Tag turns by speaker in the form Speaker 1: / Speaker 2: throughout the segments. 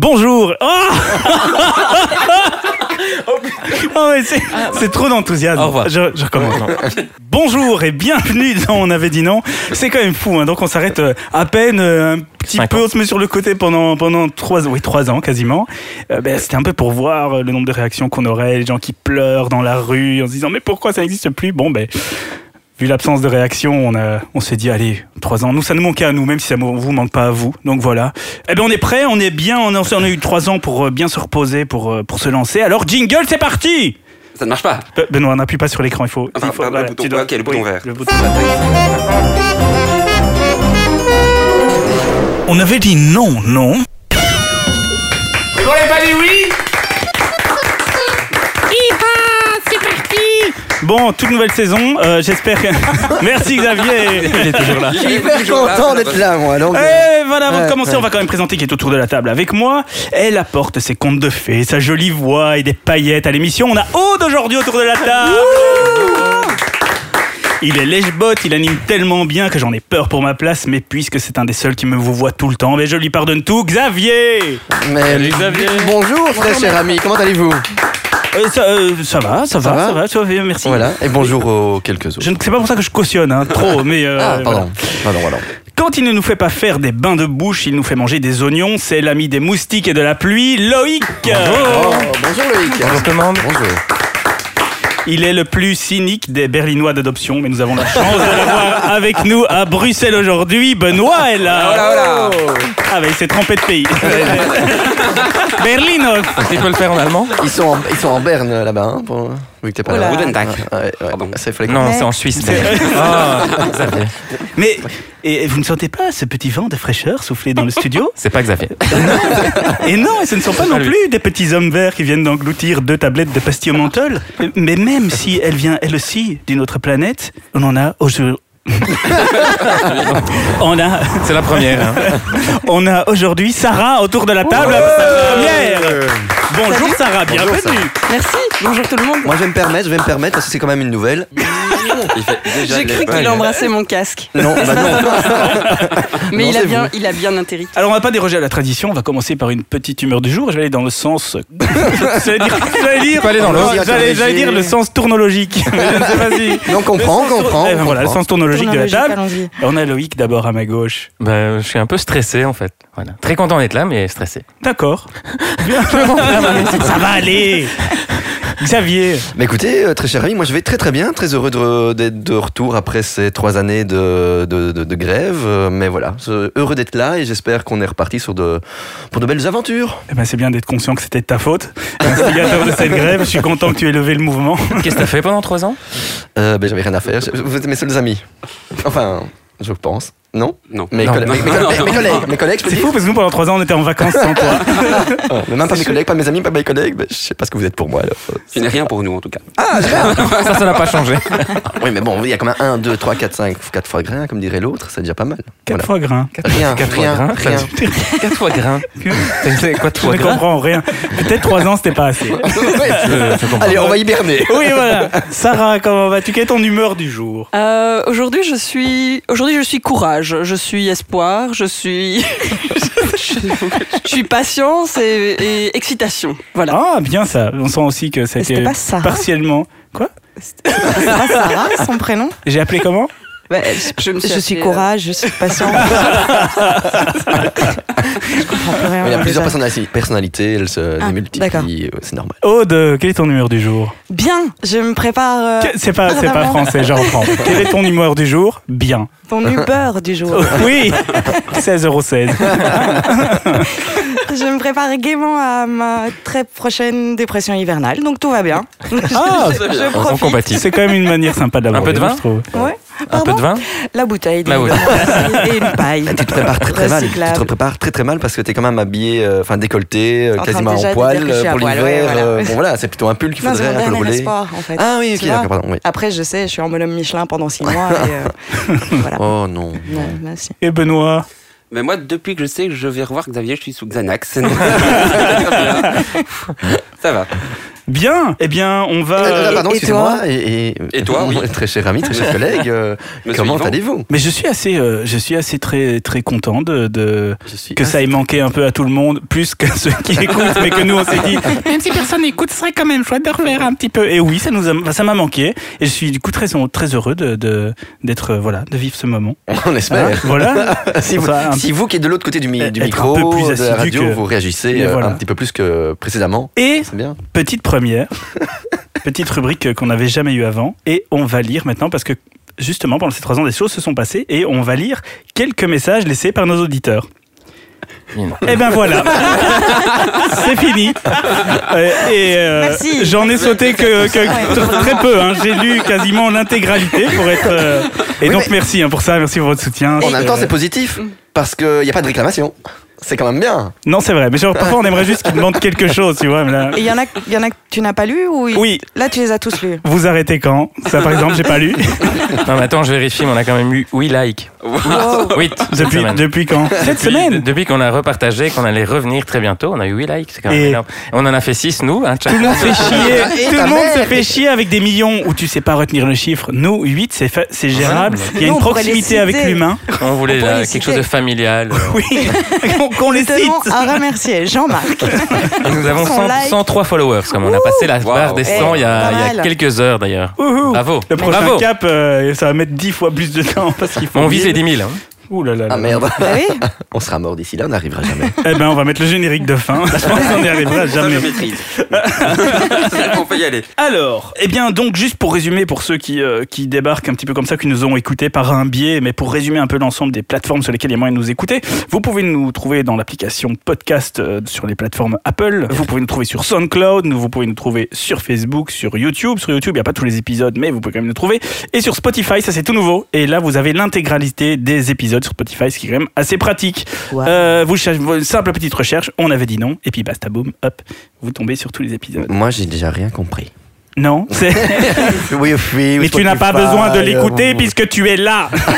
Speaker 1: Bonjour Oh, Oh, mais c'est, c'est trop d'enthousiasme.
Speaker 2: Au revoir.
Speaker 1: Je, je recommence. Bonjour et bienvenue dans On avait dit non. C'est quand même fou, hein. donc on s'arrête euh, à peine euh, un petit
Speaker 2: Cinq
Speaker 1: peu, on se met sur le côté pendant pendant trois oui trois ans quasiment. Euh, ben, c'était un peu pour voir euh, le nombre de réactions qu'on aurait, les gens qui pleurent dans la rue en se disant mais pourquoi ça n'existe plus Bon ben. Vu l'absence de réaction, on, a- on s'est dit, allez, trois ans, nous, ça nous manquait à nous, même si ça ne vous manque pas à vous. Donc voilà. Eh bien, on est prêt, on est bien, on a, on a eu trois ans pour euh, bien se reposer, pour, euh, pour se lancer. Alors, jingle, c'est parti
Speaker 3: Ça ne marche pas.
Speaker 1: Be- Benoît, on n'appuie pas sur l'écran, il faut.
Speaker 3: Enfin,
Speaker 1: il faut
Speaker 3: le bouton-
Speaker 1: tu dois-
Speaker 3: ok, le bouton vert.
Speaker 1: le bouton vert. On avait dit non, non. Bon, toute nouvelle saison, euh, j'espère que. Merci Xavier Il est toujours là.
Speaker 3: Je
Speaker 4: suis hyper content d'être là, moi. Donc, euh,
Speaker 1: Eh, voilà, avant de
Speaker 4: Ouais,
Speaker 1: commencer,
Speaker 4: ouais.
Speaker 1: on va quand même présenter qui est autour de la table avec moi. Elle apporte ses contes de fées, sa jolie voix et des paillettes à l'émission. On a Aude aujourd'hui autour de la table. Il est lèche-botte, il anime tellement bien que j'en ai peur pour ma place, mais puisque c'est un des seuls qui me vous voit tout le temps, mais je lui pardonne tout. Xavier
Speaker 4: mais-
Speaker 2: Xavier.
Speaker 4: Bonjour, très cher ami. Comment allez-vous
Speaker 1: Euh, ça, euh, ça va, ça, va,
Speaker 4: va
Speaker 1: ça va, ça va, merci.
Speaker 4: Voilà. Et bonjour aux quelques autres.
Speaker 1: Je ne c'est pas pour ça que je cautionne, hein, trop, mais euh,
Speaker 4: Ah,
Speaker 1: voilà.
Speaker 4: pardon. Pardon, pardon.
Speaker 1: Quand il ne nous fait pas faire des bains de bouche, il nous fait manger des oignons. C'est l'ami des moustiques et de la pluie, Loïc.
Speaker 4: Oh, bonjour Loïc.
Speaker 2: Bonjour tout le monde.
Speaker 4: Bonjour.
Speaker 1: Il est le plus cynique des Berlinois d'adoption, mais nous avons la chance de l'avoir avec nous à Bruxelles aujourd'hui. Benoît est là.
Speaker 3: Voilà,
Speaker 1: Ah, mais il s'est trompé de pays. Berlino.
Speaker 2: Est-ce que je peux le faire en allemand
Speaker 4: Ils sont en, ils sont en Berne là-bas, hein, pour... vu que t'es pas
Speaker 3: voilà.
Speaker 4: là. Ah,
Speaker 3: Guten Tag.
Speaker 4: Ouais, ouais.
Speaker 3: Pardon.
Speaker 4: Ça, il fallait
Speaker 2: Non,
Speaker 4: qu'on-
Speaker 2: c'est en Suisse. Ah, Xavier.
Speaker 1: Mais et vous ne sentez pas ce petit vent de fraîcheur souffler dans le studio
Speaker 2: C'est pas Xavier.
Speaker 1: Et non, ce ne sont pas
Speaker 3: Ah
Speaker 1: non
Speaker 2: Salut.
Speaker 1: plus des petits hommes verts qui viennent d'engloutir deux tablettes de pastilles au menthol. Mais même si elle vient elle aussi d'une autre planète, on en a aujourd'hui. on a,
Speaker 2: C'est la première. hein.
Speaker 1: on a aujourd'hui Sarah autour de la table. la première. Bonjour Sarah, bienvenue.
Speaker 4: Sarah.
Speaker 5: Merci, bonjour tout le monde.
Speaker 4: Moi, je vais me permettre, je vais me permettre, parce que c'est quand même une nouvelle.
Speaker 3: Il fait déjà
Speaker 5: J'ai
Speaker 3: de
Speaker 5: cru
Speaker 3: l'effort.
Speaker 5: qu'il embrassait mon casque,
Speaker 4: Non, bah non.
Speaker 5: mais
Speaker 4: Non,
Speaker 5: il, a
Speaker 4: c'est
Speaker 5: bien,
Speaker 4: vous.
Speaker 5: il a bien atterri.
Speaker 1: Alors on va pas déroger à la tradition, on va commencer par une petite humeur du jour. Je vais aller dans le sens. j'allais dire, j'allais dire,
Speaker 2: Tu peux aller dans l'autre.
Speaker 1: j'allais- j'allais dire le sens tournologique. Mais je ne sais pas si.
Speaker 4: Donc, on prend, on
Speaker 1: Le sens-
Speaker 4: comprend.
Speaker 1: Eh ben
Speaker 4: on
Speaker 1: voilà, le
Speaker 4: comprend.
Speaker 1: sens tournologique de la
Speaker 5: Chronologique,
Speaker 1: table.
Speaker 5: allons-y.
Speaker 1: Et on a Loïc d'abord à ma gauche.
Speaker 2: Bah, je suis un peu stressé en fait. Voilà. Très content d'être là, mais stressé.
Speaker 1: D'accord. Bien. Ah, Ça va aller. Xavier.
Speaker 4: Mais écoutez, euh, très cher ami, moi je vais très très bien, très heureux de- d'être de, retour après ces trois années de, de, de- de grève. Euh, Mais voilà, je- heureux d'être là et j'espère qu'on est reparti sur de, pour de belles aventures.
Speaker 1: Eh ben, c'est bien d'être conscient que c'était de ta faute. Instigateur de cette grève, je suis content que tu aies levé le mouvement.
Speaker 2: Qu'est-ce que t'as fait pendant trois ans
Speaker 4: Euh, ben j'avais rien à faire, Je- vous êtes mes seuls amis. Enfin, je pense. Non
Speaker 3: Non.
Speaker 4: mes,
Speaker 2: Non.
Speaker 4: collègues, mes, mes- mes- mes collègues, mes collègues, je peux
Speaker 1: C'est
Speaker 4: dire.
Speaker 1: fou parce que nous pendant trois ans on était en vacances sans toi.
Speaker 4: Euh, mais même pas mes collègues, pas mes amis, pas mes collègues. Ben, je sais pas ce que vous êtes pour moi. alors.
Speaker 3: Tu n'es rien pour nous en tout cas.
Speaker 2: Ça, ça n'a pas changé.
Speaker 4: Oui, mais bon, il y a quand même 1, 2, 3, 4, 5, 4 fois grain, comme dirait l'autre, c'est déjà pas mal.
Speaker 1: Quatre fois grain.
Speaker 4: Rien,
Speaker 2: Quatre fois
Speaker 4: rien,
Speaker 2: grain,
Speaker 4: rien.
Speaker 2: ça- Quatre fois grain. C'est- C'est quoi
Speaker 1: Je
Speaker 2: toi
Speaker 1: ne comprends rien. Peut-être trois ans c'était pas assez.
Speaker 4: Allez, on va hiberner.
Speaker 1: Oui, voilà. Sarah, comment vas-tu Quelle est ton humeur du jour
Speaker 5: Euh, aujourd'hui, je suis, aujourd'hui, je suis courage, je suis espoir, je suis, je suis patience et, et excitation. Voilà.
Speaker 1: Ah, bien ça. On sent aussi que ça a
Speaker 6: C'était
Speaker 1: été
Speaker 6: pas Sarah
Speaker 1: partiellement. Quoi
Speaker 6: Ah, Sarah, son prénom
Speaker 1: J'ai appelé comment
Speaker 5: Bah, je, je me
Speaker 6: Je suis
Speaker 5: appelée,
Speaker 6: courage, je suis patient. je comprends plus rien.
Speaker 4: Il y a plusieurs
Speaker 6: Ah, déjà.
Speaker 4: personnali- personnalités, elles se
Speaker 6: Ah,
Speaker 4: les
Speaker 6: d'accord.
Speaker 4: multiplient, euh, c'est normal.
Speaker 1: Aude, quelle est ton humeur du jour
Speaker 6: Bien, je me prépare euh,
Speaker 1: Que- C'est pas, c'est pas
Speaker 6: pardon.
Speaker 1: français, je reprends. Quelle est ton humeur du jour Bien.
Speaker 6: ton Uber du jour.
Speaker 1: Oui 16,16€.
Speaker 6: Je me prépare gaiement à ma très prochaine dépression hivernale, donc tout va bien.
Speaker 1: Ah,
Speaker 5: euh,
Speaker 3: bien.
Speaker 5: je-
Speaker 2: On compatit.
Speaker 1: C'est quand même une manière sympa d'avoir
Speaker 2: Un peu de vin
Speaker 6: Ouais.
Speaker 2: Un peu
Speaker 6: Pardon
Speaker 2: de vin
Speaker 6: La bouteille,
Speaker 2: La bouteille.
Speaker 6: évidemment, et une paille.
Speaker 4: Ah, Tu te prépares très très mal. Tu te
Speaker 6: Recyclable.
Speaker 4: prépares très très mal parce que t'es quand même habillé, euh, enfin décolleté, euh,
Speaker 6: En train
Speaker 4: quasiment
Speaker 6: déjà
Speaker 4: en
Speaker 6: de dire
Speaker 4: poil
Speaker 6: que je suis
Speaker 4: euh,
Speaker 6: à
Speaker 4: pour
Speaker 6: poil,
Speaker 4: l'hiver.
Speaker 6: ouais, voilà.
Speaker 4: euh, bon voilà, c'est plutôt un pull qu'il
Speaker 6: Non, c'est
Speaker 4: faudrait
Speaker 6: mon
Speaker 4: un peu le
Speaker 6: dernier
Speaker 4: rouler.
Speaker 6: espoir, en fait.
Speaker 4: Ah oui,
Speaker 6: Tu
Speaker 4: ok,
Speaker 6: vois
Speaker 4: d'accord, pardon. Oui.
Speaker 6: Après, je sais, je suis en bonhomme Michelin pendant six mois. Et euh, voilà.
Speaker 4: Oh non.
Speaker 6: Non, merci.
Speaker 1: Et Benoît
Speaker 3: Mais moi, depuis que je sais que je vais revoir Xavier, je suis sous Xanax. ça va.
Speaker 1: Bien. Eh bien, on va.
Speaker 4: Ah,
Speaker 6: Euh,
Speaker 4: pardon,
Speaker 6: et
Speaker 4: excusez-moi.
Speaker 6: toi
Speaker 4: Et,
Speaker 3: Et toi, oui.
Speaker 4: Très cher ami, très cher collègue, euh,
Speaker 3: Monsieur
Speaker 4: comment
Speaker 3: Yvan.
Speaker 4: allez-vous
Speaker 1: Mais je suis assez, euh, je suis assez très, très content de, de-
Speaker 4: Je suis
Speaker 1: que ça ait manqué un peu à tout le monde, plus que ceux qui écoutent, mais que nous on s'est dit, même si personne n'écoute, ce serait quand même chouette de refaire un petit peu. Et oui, ça nous, a, enfin, ça m'a manqué, et je suis du coup très, très heureux de, de- d'être, euh, voilà, de vivre ce moment.
Speaker 4: On espère.
Speaker 1: Voilà.
Speaker 4: si, vous,
Speaker 1: Hein Ça, un-
Speaker 4: si vous qui êtes de l'autre côté du, mi-
Speaker 1: Être
Speaker 4: du
Speaker 1: un
Speaker 4: micro,
Speaker 1: peu plus
Speaker 4: de la
Speaker 1: assidu
Speaker 4: radio,
Speaker 1: que-
Speaker 4: vous réagissez
Speaker 1: Mais
Speaker 4: euh,
Speaker 1: voilà.
Speaker 4: un petit peu plus que précédemment,
Speaker 1: Et
Speaker 4: c'est bien.
Speaker 1: petite première, petite rubrique euh, qu'on n'avait jamais eue avant, et on va lire maintenant parce que justement pendant ces trois ans des choses se sont passées et on va lire quelques messages laissés par nos auditeurs.
Speaker 2: Mmh.
Speaker 1: Et ben voilà, c'est fini. Euh, et euh,
Speaker 6: Merci.
Speaker 1: j'en ai sauté que, que- tr- très peu. hein. J'ai lu quasiment l'intégralité pour être. euh, Et
Speaker 4: Oui,
Speaker 1: donc
Speaker 4: mais-
Speaker 1: merci hein, pour ça, merci pour votre soutien.
Speaker 4: En même temps, c'est
Speaker 1: Euh,
Speaker 4: positif parce qu'il n'y a pas de réclamation. C'est quand même bien. Ah,
Speaker 1: Non, c'est vrai. Mais genre, parfois on aimerait juste qu'il demande quelque chose, tu vois. mais là-
Speaker 6: Et il y en a, il y en a que tu n'as pas lu ou il-
Speaker 1: Oui,
Speaker 6: Là, tu les as tous lus.
Speaker 1: vous arrêtez quand Ça, par exemple, j'ai pas lu.
Speaker 2: Non, mais attends, je vérifie, mais on a quand même eu 8 likes.
Speaker 6: Wow.
Speaker 2: 8
Speaker 1: Depuis, depuis quand Cette semaine
Speaker 2: Depuis qu'on a repartagé, qu'on allait revenir très bientôt, on a eu 8 likes, c'est quand même
Speaker 1: Et-
Speaker 2: énorme. Et on en a fait 6, nous. Hein,
Speaker 1: Tout le monde fait chier.
Speaker 4: Et
Speaker 1: Tout
Speaker 4: ta
Speaker 1: le monde
Speaker 4: mère.
Speaker 1: se fait chier avec des millions où tu sais pas retenir le chiffre. Nous, 8, c'est fa- c'est gérable.
Speaker 2: Ouais,
Speaker 1: Il y a
Speaker 6: Nous,
Speaker 1: une
Speaker 6: on pourrait les
Speaker 1: proximité avec
Speaker 6: citer.
Speaker 1: l'humain.
Speaker 2: on voulait
Speaker 6: On peut
Speaker 2: là,
Speaker 6: les
Speaker 2: quelque
Speaker 6: citer.
Speaker 2: chose de familial. euh.
Speaker 1: Oui, qu'on qu'on les cite.
Speaker 6: Tellement à remercier Jean-Marc.
Speaker 2: Et nous avons
Speaker 6: Son
Speaker 2: 100
Speaker 6: like.
Speaker 2: 103 followers, comme on a passé la
Speaker 3: Wow.
Speaker 2: barre des 100 il y a,
Speaker 6: Eh, pas
Speaker 2: il y a
Speaker 6: mal.
Speaker 2: quelques heures d'ailleurs.
Speaker 1: Wouhou.
Speaker 2: Bravo.
Speaker 1: Le prochain
Speaker 2: Bravo.
Speaker 1: cap, euh, ça va mettre 10 fois plus de temps parce qu'il faut.
Speaker 2: On vise les 10 000. hein.
Speaker 1: Ouh là là. là.
Speaker 4: Ah merde,
Speaker 6: Bah oui.
Speaker 4: on sera mort d'ici là, on n'arrivera jamais.
Speaker 1: Eh ben, on va mettre le générique de fin. Je pense qu'on n'y arrivera
Speaker 3: Ça,
Speaker 1: jamais.
Speaker 3: je maîtrise. C'est qu'on peut y aller.
Speaker 1: Alors, eh bien, donc, juste pour résumer, pour ceux qui, euh, qui débarquent un petit peu comme ça, qui nous ont écoutés par un biais, mais pour résumer un peu l'ensemble des plateformes sur lesquelles il y a moyen de nous écouter, vous pouvez nous trouver dans l'application podcast euh, sur les plateformes Apple, vous pouvez nous trouver sur SoundCloud, nous- vous pouvez nous trouver sur Facebook, sur YouTube. Sur YouTube, il n'y a pas tous les épisodes, mais vous pouvez quand même nous trouver. Et sur Spotify, ça c'est tout nouveau. Et là, vous avez l'intégralité des épisodes sur Spotify, ce qui est quand même assez pratique.
Speaker 6: Ouais.
Speaker 1: Euh, vous cherchez une simple petite recherche, on avait dit non, et puis basta boum, hop, vous tombez sur tous les épisodes.
Speaker 4: Moi, j'ai déjà rien compris.
Speaker 1: Non, c'est.
Speaker 4: Oui, oui, oui,
Speaker 1: Mais tu n'as pas
Speaker 4: Spotify,
Speaker 1: besoin de
Speaker 4: euh,
Speaker 1: l'écouter
Speaker 4: vous-
Speaker 1: puisque tu es là.
Speaker 4: Ah,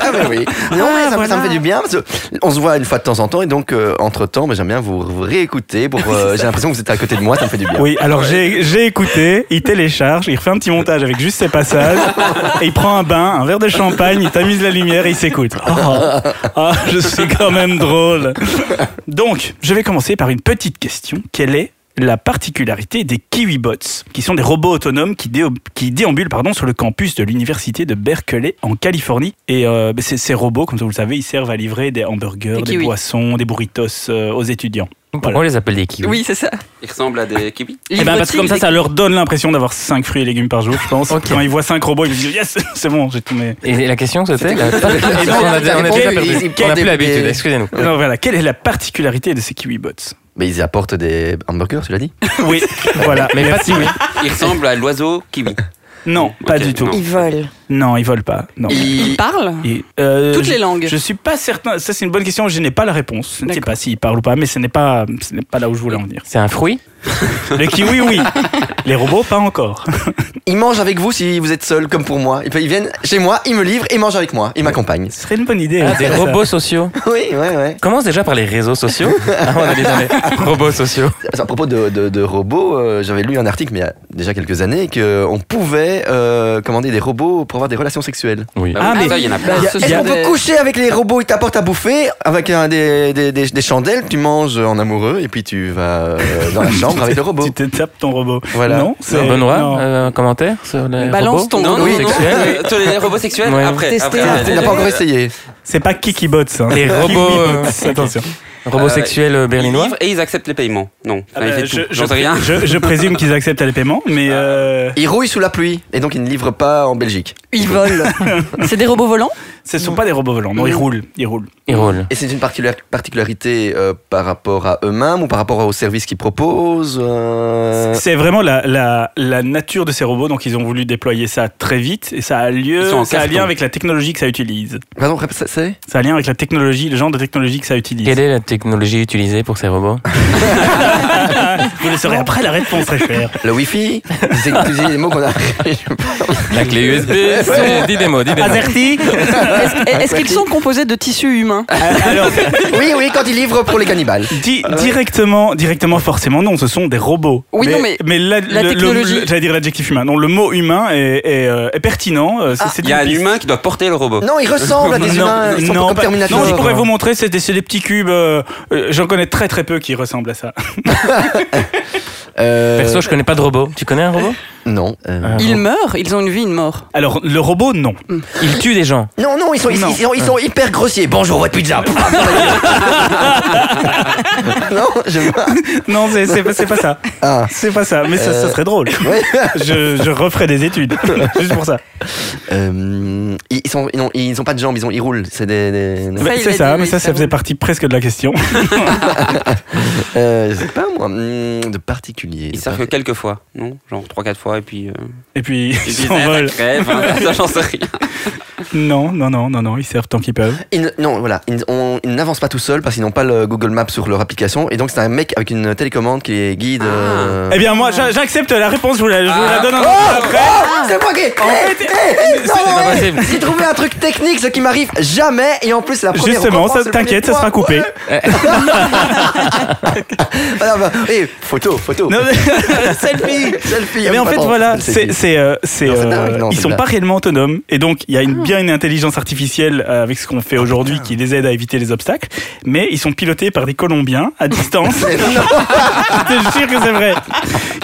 Speaker 4: ah, bah oui. Non, mais ça, me- ça me
Speaker 6: voilà.
Speaker 4: fait du bien. Parce que on se voit une fois de temps en temps et donc, entre temps, j'aime bien vous, vous réécouter. Pour, euh, j'ai l'impression que vous êtes à côté de moi, ça me fait du bien.
Speaker 1: Oui, alors j'ai- j'ai écouté, il télécharge, il refait un petit montage avec juste ses passages, et il prend un bain, un verre de champagne, il tamise la lumière et il s'écoute. Oh, ah, je suis quand même drôle. Donc, je vais commencer par une petite question. Quelle est la particularité des KiwiBots, qui sont des robots autonomes qui, déo- qui déambulent pardon, sur le campus de l'université de Berkeley en Californie. Et euh, bah, ces ces robots, comme vous le savez, ils servent à livrer des hamburgers,
Speaker 5: Des
Speaker 1: des
Speaker 5: kiwis.
Speaker 1: boissons, des burritos euh, aux étudiants.
Speaker 2: Pourquoi
Speaker 1: Voilà.
Speaker 2: on les appelle des kiwis
Speaker 5: Oui, c'est ça.
Speaker 3: Il ressemble à des kiwis.
Speaker 1: Eh ben, parce que comme ça, ça leur donne l'impression d'avoir 5 fruits et légumes par jour, je pense.
Speaker 2: Ok.
Speaker 1: Quand ils voient 5 robots, ils se disent Yes, c'est bon, j'ai tout mes.
Speaker 2: Et la question c'était la- On a, on a
Speaker 4: répondu,
Speaker 2: déjà perdu.
Speaker 4: il- il
Speaker 2: On n'a plus
Speaker 4: des-
Speaker 2: l'habitude,
Speaker 4: des-
Speaker 2: excusez-nous.
Speaker 1: Alors voilà, quelle est la particularité de ces kiwibots
Speaker 4: Mais ils apportent des hamburgers, tu l'as dit
Speaker 1: Oui, voilà.
Speaker 2: Mais pas de
Speaker 1: Merci.
Speaker 2: kiwi.
Speaker 3: Il ressemble à l'oiseau kiwi.
Speaker 1: Non,
Speaker 3: Ok,
Speaker 1: pas du tout.
Speaker 3: non.
Speaker 6: Ils volent.
Speaker 1: Non, ils volent pas. Non.
Speaker 5: Il parle
Speaker 1: Et, euh,
Speaker 5: toutes les
Speaker 1: je-
Speaker 5: langues.
Speaker 1: Je suis pas certain. Ça, c'est une bonne question. Je n'ai pas la réponse. Je ne sais
Speaker 5: D'accord.
Speaker 1: pas s'ils parlent ou pas, mais ce n'est pas, ce n'est pas là où je voulais en venir.
Speaker 2: C'est un fruit
Speaker 1: Le kiwi, oui. Les robots, pas encore.
Speaker 4: Ils mangent avec vous si vous êtes seul, comme pour moi. Ils ils viennent chez moi, ils me livrent, ils mangent avec moi, ils m'accompagnent.
Speaker 1: Ce serait une bonne idée.
Speaker 2: Ah,
Speaker 1: hein,
Speaker 2: Des
Speaker 1: ça.
Speaker 2: robots sociaux
Speaker 4: Oui, ouais, ouais.
Speaker 2: Commence déjà par les réseaux sociaux. Ah, on a déjà les robots sociaux.
Speaker 4: À propos de, de- de robots, euh, j'avais lu un article, mais il y a déjà quelques années, qu'on pouvait euh, commander des robots pour avoir des relations sexuelles.
Speaker 2: Oui.
Speaker 1: Ah, mais-
Speaker 3: ça, il y en a plein.
Speaker 1: Il y a-
Speaker 5: Ce
Speaker 1: il y
Speaker 4: Est-ce
Speaker 1: a-
Speaker 5: sont
Speaker 4: qu'on peut
Speaker 5: des-
Speaker 4: coucher avec les robots Ils t'apportent à bouffer avec un des, des, des- des chandelles, tu manges en amoureux et puis tu vas euh, dans la chambre avec le robot.
Speaker 1: Tu te tapes ton robot.
Speaker 4: Voilà.
Speaker 1: Non, c'est. non.
Speaker 2: Benoît, euh, un commentaire sur les
Speaker 5: Balance
Speaker 2: robots
Speaker 5: ton
Speaker 3: Non, non, non, Euh,
Speaker 2: Sexuel.
Speaker 3: non. Sur les robots sexuels,
Speaker 2: Ouais.
Speaker 3: après. après,
Speaker 6: Tester. Ah,
Speaker 3: après,
Speaker 4: On n'a
Speaker 3: les-
Speaker 4: pas encore essayé.
Speaker 1: C'est pas Kikibots. Hein.
Speaker 2: Les
Speaker 1: c'est
Speaker 2: robots,
Speaker 1: Kiwibots.
Speaker 2: euh,
Speaker 1: Attention.
Speaker 2: Robots
Speaker 3: Euh,
Speaker 2: sexuels euh,
Speaker 3: Ils
Speaker 2: berlinois
Speaker 3: livrent et ils acceptent les paiements. Non,
Speaker 1: Ah
Speaker 3: Enfin,
Speaker 1: bah,
Speaker 3: ils
Speaker 1: je,
Speaker 3: font tout.
Speaker 1: je
Speaker 3: J'en sais
Speaker 1: pré-
Speaker 3: rien. Ah.
Speaker 1: je- je présume qu'ils acceptent les paiements, mais euh,
Speaker 4: Ils rouillent sous la pluie et donc ils ne livrent pas en Belgique.
Speaker 5: Ils volent. c'est des robots volants
Speaker 1: ce ne sont pas des robots volants. Non, ils
Speaker 3: Mm.
Speaker 5: Non.
Speaker 1: roulent. Ils roulent.
Speaker 2: Ils roulent.
Speaker 4: Et c'est une particular- particularité euh, par rapport à eux-mêmes ou par rapport aux services qu'ils proposent
Speaker 3: Ah.
Speaker 4: euh,
Speaker 1: C'est vraiment la, la, la nature de ces robots, donc ils ont voulu déployer ça très vite et ça a
Speaker 3: Ils
Speaker 1: lieu.
Speaker 3: sont en
Speaker 1: Ça a
Speaker 3: carton.
Speaker 1: lien avec la technologie que ça utilise.
Speaker 4: Pardon, rép- c'est- c'est
Speaker 1: Ça a lien avec la technologie, le genre de technologie que ça utilise.
Speaker 2: Quelle est la technologie utilisée pour ces robots
Speaker 1: Vous le saurez après la réponse, très cher.
Speaker 4: Le wifi, c'est c'est les mots qu'on a.
Speaker 2: La clé USB, c'est- dis des mots,
Speaker 1: Ah,
Speaker 2: dis des mots.
Speaker 1: Azerty Euh,
Speaker 5: Est-ce est-ce qu'ils sont composés de tissus humains
Speaker 1: Ah Alors,
Speaker 4: oui, oui, quand ils livrent pour les cannibales.
Speaker 1: di- directement, directement, forcément, non, ce sont des robots.
Speaker 5: Oui, non, mais
Speaker 1: Mais la,
Speaker 5: la
Speaker 1: le- le-
Speaker 5: technologie-
Speaker 1: le- J'allais dire l'adjectif humain. Non, le mot humain est, est, euh, est pertinent. euh, c'est- c'est
Speaker 3: Ah. Il y a
Speaker 1: une
Speaker 3: un
Speaker 1: piste.
Speaker 3: humain qui doit porter le robot.
Speaker 4: Non, ils ressemblent à des humains, ils sont
Speaker 1: non,
Speaker 4: comme
Speaker 1: pas-
Speaker 4: Terminator.
Speaker 1: non, je pourrais vous montrer, c'est des, c'est des petits cubes. euh, euh, J'en connais très très peu qui ressemblent à ça.
Speaker 4: Euh,
Speaker 2: Perso, je connais pas de robot. Tu connais un robot
Speaker 4: Non. euh,
Speaker 5: ils meurent, ils ont une vie, une mort.
Speaker 1: Alors, le robot, non.
Speaker 4: Mm.
Speaker 2: Il tue des gens.
Speaker 4: Non, non, ils sont, ils,
Speaker 1: Non.
Speaker 4: ils sont, ils sont hyper grossiers. Bonjour, votre pizza. non, je vois.
Speaker 1: Non, c'est- c'est c'est pas ça.
Speaker 4: Ah.
Speaker 1: C'est pas ça, mais ça,
Speaker 4: Euh.
Speaker 1: ça serait drôle.
Speaker 4: Ouais.
Speaker 1: Je, je referais des études, juste pour ça.
Speaker 4: Euh, ils sont, ils n'ont ils ont pas de jambes, ils, ont, ils roulent. C'est des. des- non.
Speaker 5: Ça,
Speaker 1: Mais
Speaker 5: il
Speaker 1: C'est
Speaker 5: a
Speaker 1: ça,
Speaker 5: dit,
Speaker 1: mais
Speaker 5: oui,
Speaker 1: ça,
Speaker 5: ça
Speaker 1: ça faisait
Speaker 5: roule.
Speaker 1: partie presque de la question.
Speaker 4: Euh, je sais pas moi. hmm, De particulier. de
Speaker 3: Ils savent que
Speaker 4: parti-
Speaker 3: quelques fois, non Genre 3-4 fois et puis. euh,
Speaker 1: Et puis, ils
Speaker 3: Ils disent, Ah, ça
Speaker 1: s'envolent.
Speaker 3: crève, hein. ça j'en sais rien.
Speaker 1: Non, non, non, non, non, ils servent tant qu'ils peuvent.
Speaker 4: Ils ne- non, voilà. Ils, on- ils n'avancent pas tout seuls parce qu'ils n'ont pas le Google Maps sur leur application. Et donc, c'est un mec avec une télécommande qui les guide. euh,
Speaker 1: Eh bien, moi, j'a- j'accepte la réponse, je vous la, je vous la donne en après.
Speaker 4: Ah, c'est moi qui. Hey, hey, hey, non,
Speaker 2: pas
Speaker 4: hey,
Speaker 2: possible.
Speaker 4: J'ai trouvé un truc technique, ce qui m'arrive jamais. Et en plus, c'est la première.
Speaker 1: Justement,
Speaker 4: récompense,
Speaker 1: ça-
Speaker 4: c'est le
Speaker 1: t'inquiète, ça
Speaker 4: premier
Speaker 1: sera
Speaker 4: point.
Speaker 1: coupé.
Speaker 4: Ah, bah, hey, photo, photo.
Speaker 1: Non, mais-
Speaker 4: Oh Selfie, selfie.
Speaker 1: Mais en fait, voilà, c'est,
Speaker 4: c'est
Speaker 1: c'est, euh, c'est,
Speaker 4: Non, c'est
Speaker 1: euh,
Speaker 4: dingue, non,
Speaker 1: ils
Speaker 4: c'est
Speaker 1: sont
Speaker 4: blague.
Speaker 1: pas réellement autonomes, et donc il y a une, bien une intelligence artificielle euh, avec ce qu'on
Speaker 4: Ah,
Speaker 1: fait aujourd'hui qui les aide à éviter les obstacles, mais ils sont pilotés par des Colombiens à distance. Je te jure que c'est vrai,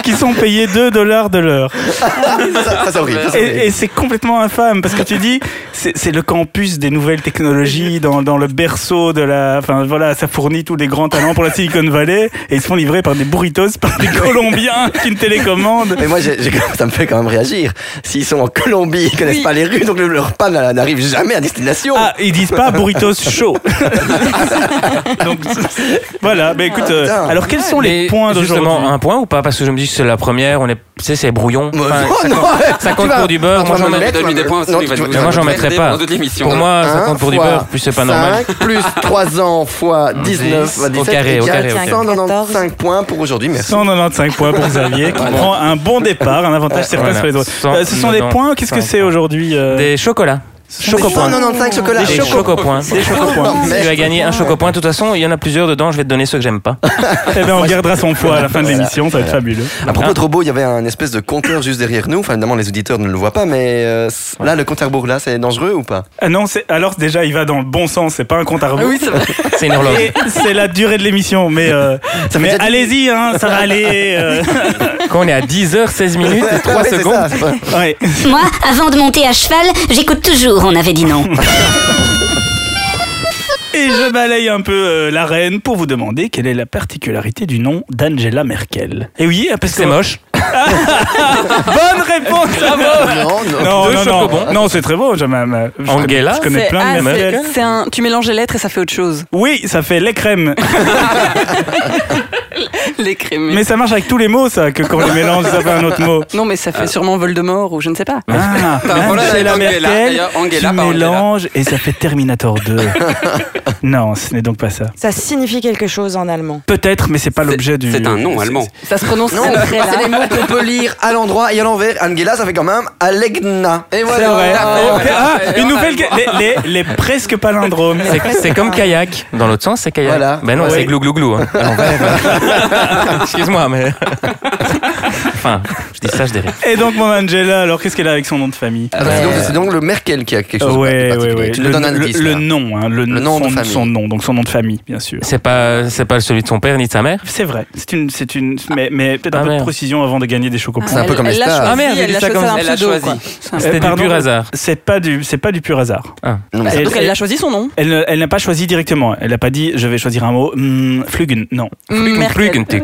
Speaker 1: qui sont payés 2 dollars de l'heure.
Speaker 4: ça, ça, c'est horrible. ça, Ah, c'est horrible.
Speaker 1: Et, et c'est complètement infâme parce que tu dis, c'est c'est le campus des nouvelles technologies dans, dans le berceau de la. Enfin voilà, ça fournit tous les grands talents pour la Silicon Valley et ils se font livrer par des burritos, par des Colombiens qui ne télécommandent.
Speaker 4: Mais moi, j'ai- j'ai- ça me fait quand même réagir. S'ils sont en Colombie, ils connaissent
Speaker 5: Oui.
Speaker 4: pas les rues, donc le- leur pain n'a- n'arrive jamais à destination.
Speaker 1: Ah, ils disent pas burritos chaud. Donc voilà, mais écoute, euh,
Speaker 4: Putain.
Speaker 1: alors quels sont les
Speaker 2: Mais
Speaker 1: points d'aujourd'hui
Speaker 2: Justement, un point ou pas Parce que je me dis que c'est la première, on est, tu sais, c'est brouillon.
Speaker 4: Moi,
Speaker 2: Enfin,
Speaker 4: oh,
Speaker 2: ça
Speaker 4: non,
Speaker 2: compte-
Speaker 4: ouais,
Speaker 2: ça
Speaker 4: tu
Speaker 2: compte
Speaker 4: vas-
Speaker 2: pour du beurre.
Speaker 4: tu
Speaker 2: Moi,
Speaker 4: vas
Speaker 2: j'en
Speaker 4: me
Speaker 2: mets-
Speaker 4: mettre, euh,
Speaker 3: Donne-lui des points,
Speaker 4: non,
Speaker 3: sinon il va
Speaker 4: tu-
Speaker 3: nous-
Speaker 4: tu-
Speaker 3: il va
Speaker 2: moi, j'en
Speaker 3: nous
Speaker 2: mettrai
Speaker 3: merder
Speaker 2: pas.
Speaker 3: pendant toute l'émission.
Speaker 2: Pour moi, Ah, ça compte pour du
Speaker 4: fois
Speaker 2: beurre, plus c'est pas normal.
Speaker 4: 5 plus 3 ans fois 19
Speaker 2: Dix.
Speaker 4: fois
Speaker 2: Au
Speaker 4: 17
Speaker 2: carré,
Speaker 4: il y a
Speaker 2: au carré, au carré.
Speaker 4: 195 points pour aujourd'hui, merci.
Speaker 1: 195 points pour Xavier qui prend un bon départ, un avantage certain
Speaker 2: Voilà.
Speaker 1: sur les autres.
Speaker 2: Cent-
Speaker 1: Euh, ce sont des
Speaker 2: non,
Speaker 1: points, qu'est-ce que
Speaker 2: cent-
Speaker 1: c'est aujourd'hui euh,
Speaker 2: Des chocolats.
Speaker 1: chocopoints
Speaker 4: 195 chocolats.
Speaker 1: Des
Speaker 2: Des
Speaker 1: chocos.
Speaker 2: chocopoints.
Speaker 1: Des chocopoints.
Speaker 4: Oh,
Speaker 2: Tu
Speaker 4: merde.
Speaker 2: vas gagner un chocopoint. De toute façon, il y en a plusieurs dedans. Je vais te donner ceux que j'aime pas.
Speaker 1: Eh bien, on gardera son poids à la fin de l'émission, ça va être fabuleux.
Speaker 4: À propos de robots, il y avait un espèce de compteur juste derrière nous. Enfin, évidemment, les auditeurs ne le voient pas, mais euh, c- là, le compte à rebours, là, c'est dangereux ou pas
Speaker 1: Ah non, c'est- alors déjà, il va dans le bon sens, Ah c'est pas un compte à rebours.
Speaker 5: Oui, c'est vrai.
Speaker 2: C'est une horloge.
Speaker 1: Et c'est la durée de l'émission, mais, euh,
Speaker 4: Ça fait
Speaker 1: mais
Speaker 4: déjà-
Speaker 1: allez-y, hein, ça va aller. euh,
Speaker 2: Quand on est à 10h16 minutes et 3
Speaker 4: Ouais, c'est
Speaker 2: secondes.
Speaker 4: ça, c'est pas-
Speaker 1: ouais.
Speaker 7: Moi, avant de monter à cheval, j'écoute toujours On avait dit non.
Speaker 1: Et je balaye un peu euh, l'arène pour vous demander quelle est la particularité du nom d'Angela Merkel. Et oui, parce que
Speaker 2: C'est moche.
Speaker 1: Bonne réponse.
Speaker 4: Non, non.
Speaker 1: Non,
Speaker 2: Deux
Speaker 1: non, non,
Speaker 2: chocobons.
Speaker 1: non, c'est très beau, je, même, je-
Speaker 2: Angela,
Speaker 1: je connais
Speaker 5: C'est-
Speaker 1: plein de
Speaker 5: ah, c'est-
Speaker 1: Merkel.
Speaker 5: c'est un- Tu mélanges les lettres et ça fait autre chose.
Speaker 1: Oui, ça fait les crèmes.
Speaker 5: Les crimes.
Speaker 1: Mais ça marche avec tous les mots, ça, que quand on les mélange, ça fait un autre mot.
Speaker 5: Non, mais ça fait
Speaker 2: Ah.
Speaker 5: sûrement Voldemort ou je ne sais pas.
Speaker 1: Ah,
Speaker 3: T'as un problème avec
Speaker 1: Angela
Speaker 3: Angela,
Speaker 1: Merkel,
Speaker 3: d'ailleurs, Angela
Speaker 1: tu
Speaker 3: par Angela.
Speaker 1: mélanges et ça fait Terminator 2. non, ce n'est donc pas ça.
Speaker 6: Ça signifie quelque chose en allemand.
Speaker 1: Peut-être, mais c'est pas
Speaker 3: C'est-
Speaker 1: l'objet du.
Speaker 3: C'est un nom allemand.
Speaker 5: Ça se prononce
Speaker 4: Non, c'est les mots qu'on peut lire à l'endroit et à l'envers. Angela, ça fait quand même Alegna. Et
Speaker 1: C'est
Speaker 4: voilà.
Speaker 1: vrai.
Speaker 4: Ah,
Speaker 1: Et- ah,
Speaker 3: Et
Speaker 1: une
Speaker 3: on
Speaker 1: nouvelle.
Speaker 3: a
Speaker 1: Les, les- les presque palindromes.
Speaker 2: C'est- C'est comme kayak. Dans l'autre sens, c'est kayak.
Speaker 4: Voilà. Ah,
Speaker 2: Ben non,
Speaker 1: Ouais.
Speaker 2: c'est glou glou glou. hein. À l'envers. Excuse-moi, mais. Enfin, je dis ça, je dérive.
Speaker 1: Et donc, mon Angela, alors qu'est-ce qu'elle a avec son nom de famille
Speaker 4: bah, c'est donc- C'est donc le Merkel qui a quelque chose de
Speaker 1: Ouais, ouais,
Speaker 4: particulier.
Speaker 1: ouais.
Speaker 4: Tu nous donnes un
Speaker 1: le,
Speaker 4: indice.
Speaker 1: le
Speaker 4: là.
Speaker 1: nom, hein, le,
Speaker 4: nom de
Speaker 1: son,
Speaker 4: famille.
Speaker 1: son nom, donc son nom de famille, bien sûr.
Speaker 2: C'est pas, c'est pas celui de son père ni de sa mère.
Speaker 1: C'est vrai. C'est une, c'est une, mais, mais peut-être un
Speaker 2: Ah,
Speaker 1: peu de
Speaker 2: merde.
Speaker 1: précision avant de gagner des chocopons.
Speaker 4: C'est un peu comme les
Speaker 5: elle l'a
Speaker 4: stars.
Speaker 5: choisi,
Speaker 2: Ah, merde,
Speaker 5: elle
Speaker 2: il
Speaker 5: l'a
Speaker 2: dit ça
Speaker 5: choisi,
Speaker 2: comme
Speaker 5: c'est un
Speaker 3: ça. Elle l'a
Speaker 5: pseudo, quoi.
Speaker 2: C'était du
Speaker 1: pardon
Speaker 2: pur hasard. Ah.
Speaker 1: C'est pas du, c'est pas du pur hasard.
Speaker 4: Non, mais ça-
Speaker 1: Et-
Speaker 5: Donc elle l'a choisi son nom.
Speaker 1: Elle, ne- elle n'a pas choisi directement. Elle n'a pas dit, je vais choisir un mot. Hmm, Flugen, non.
Speaker 2: Plus
Speaker 5: Merkel.
Speaker 2: qu'une tuque.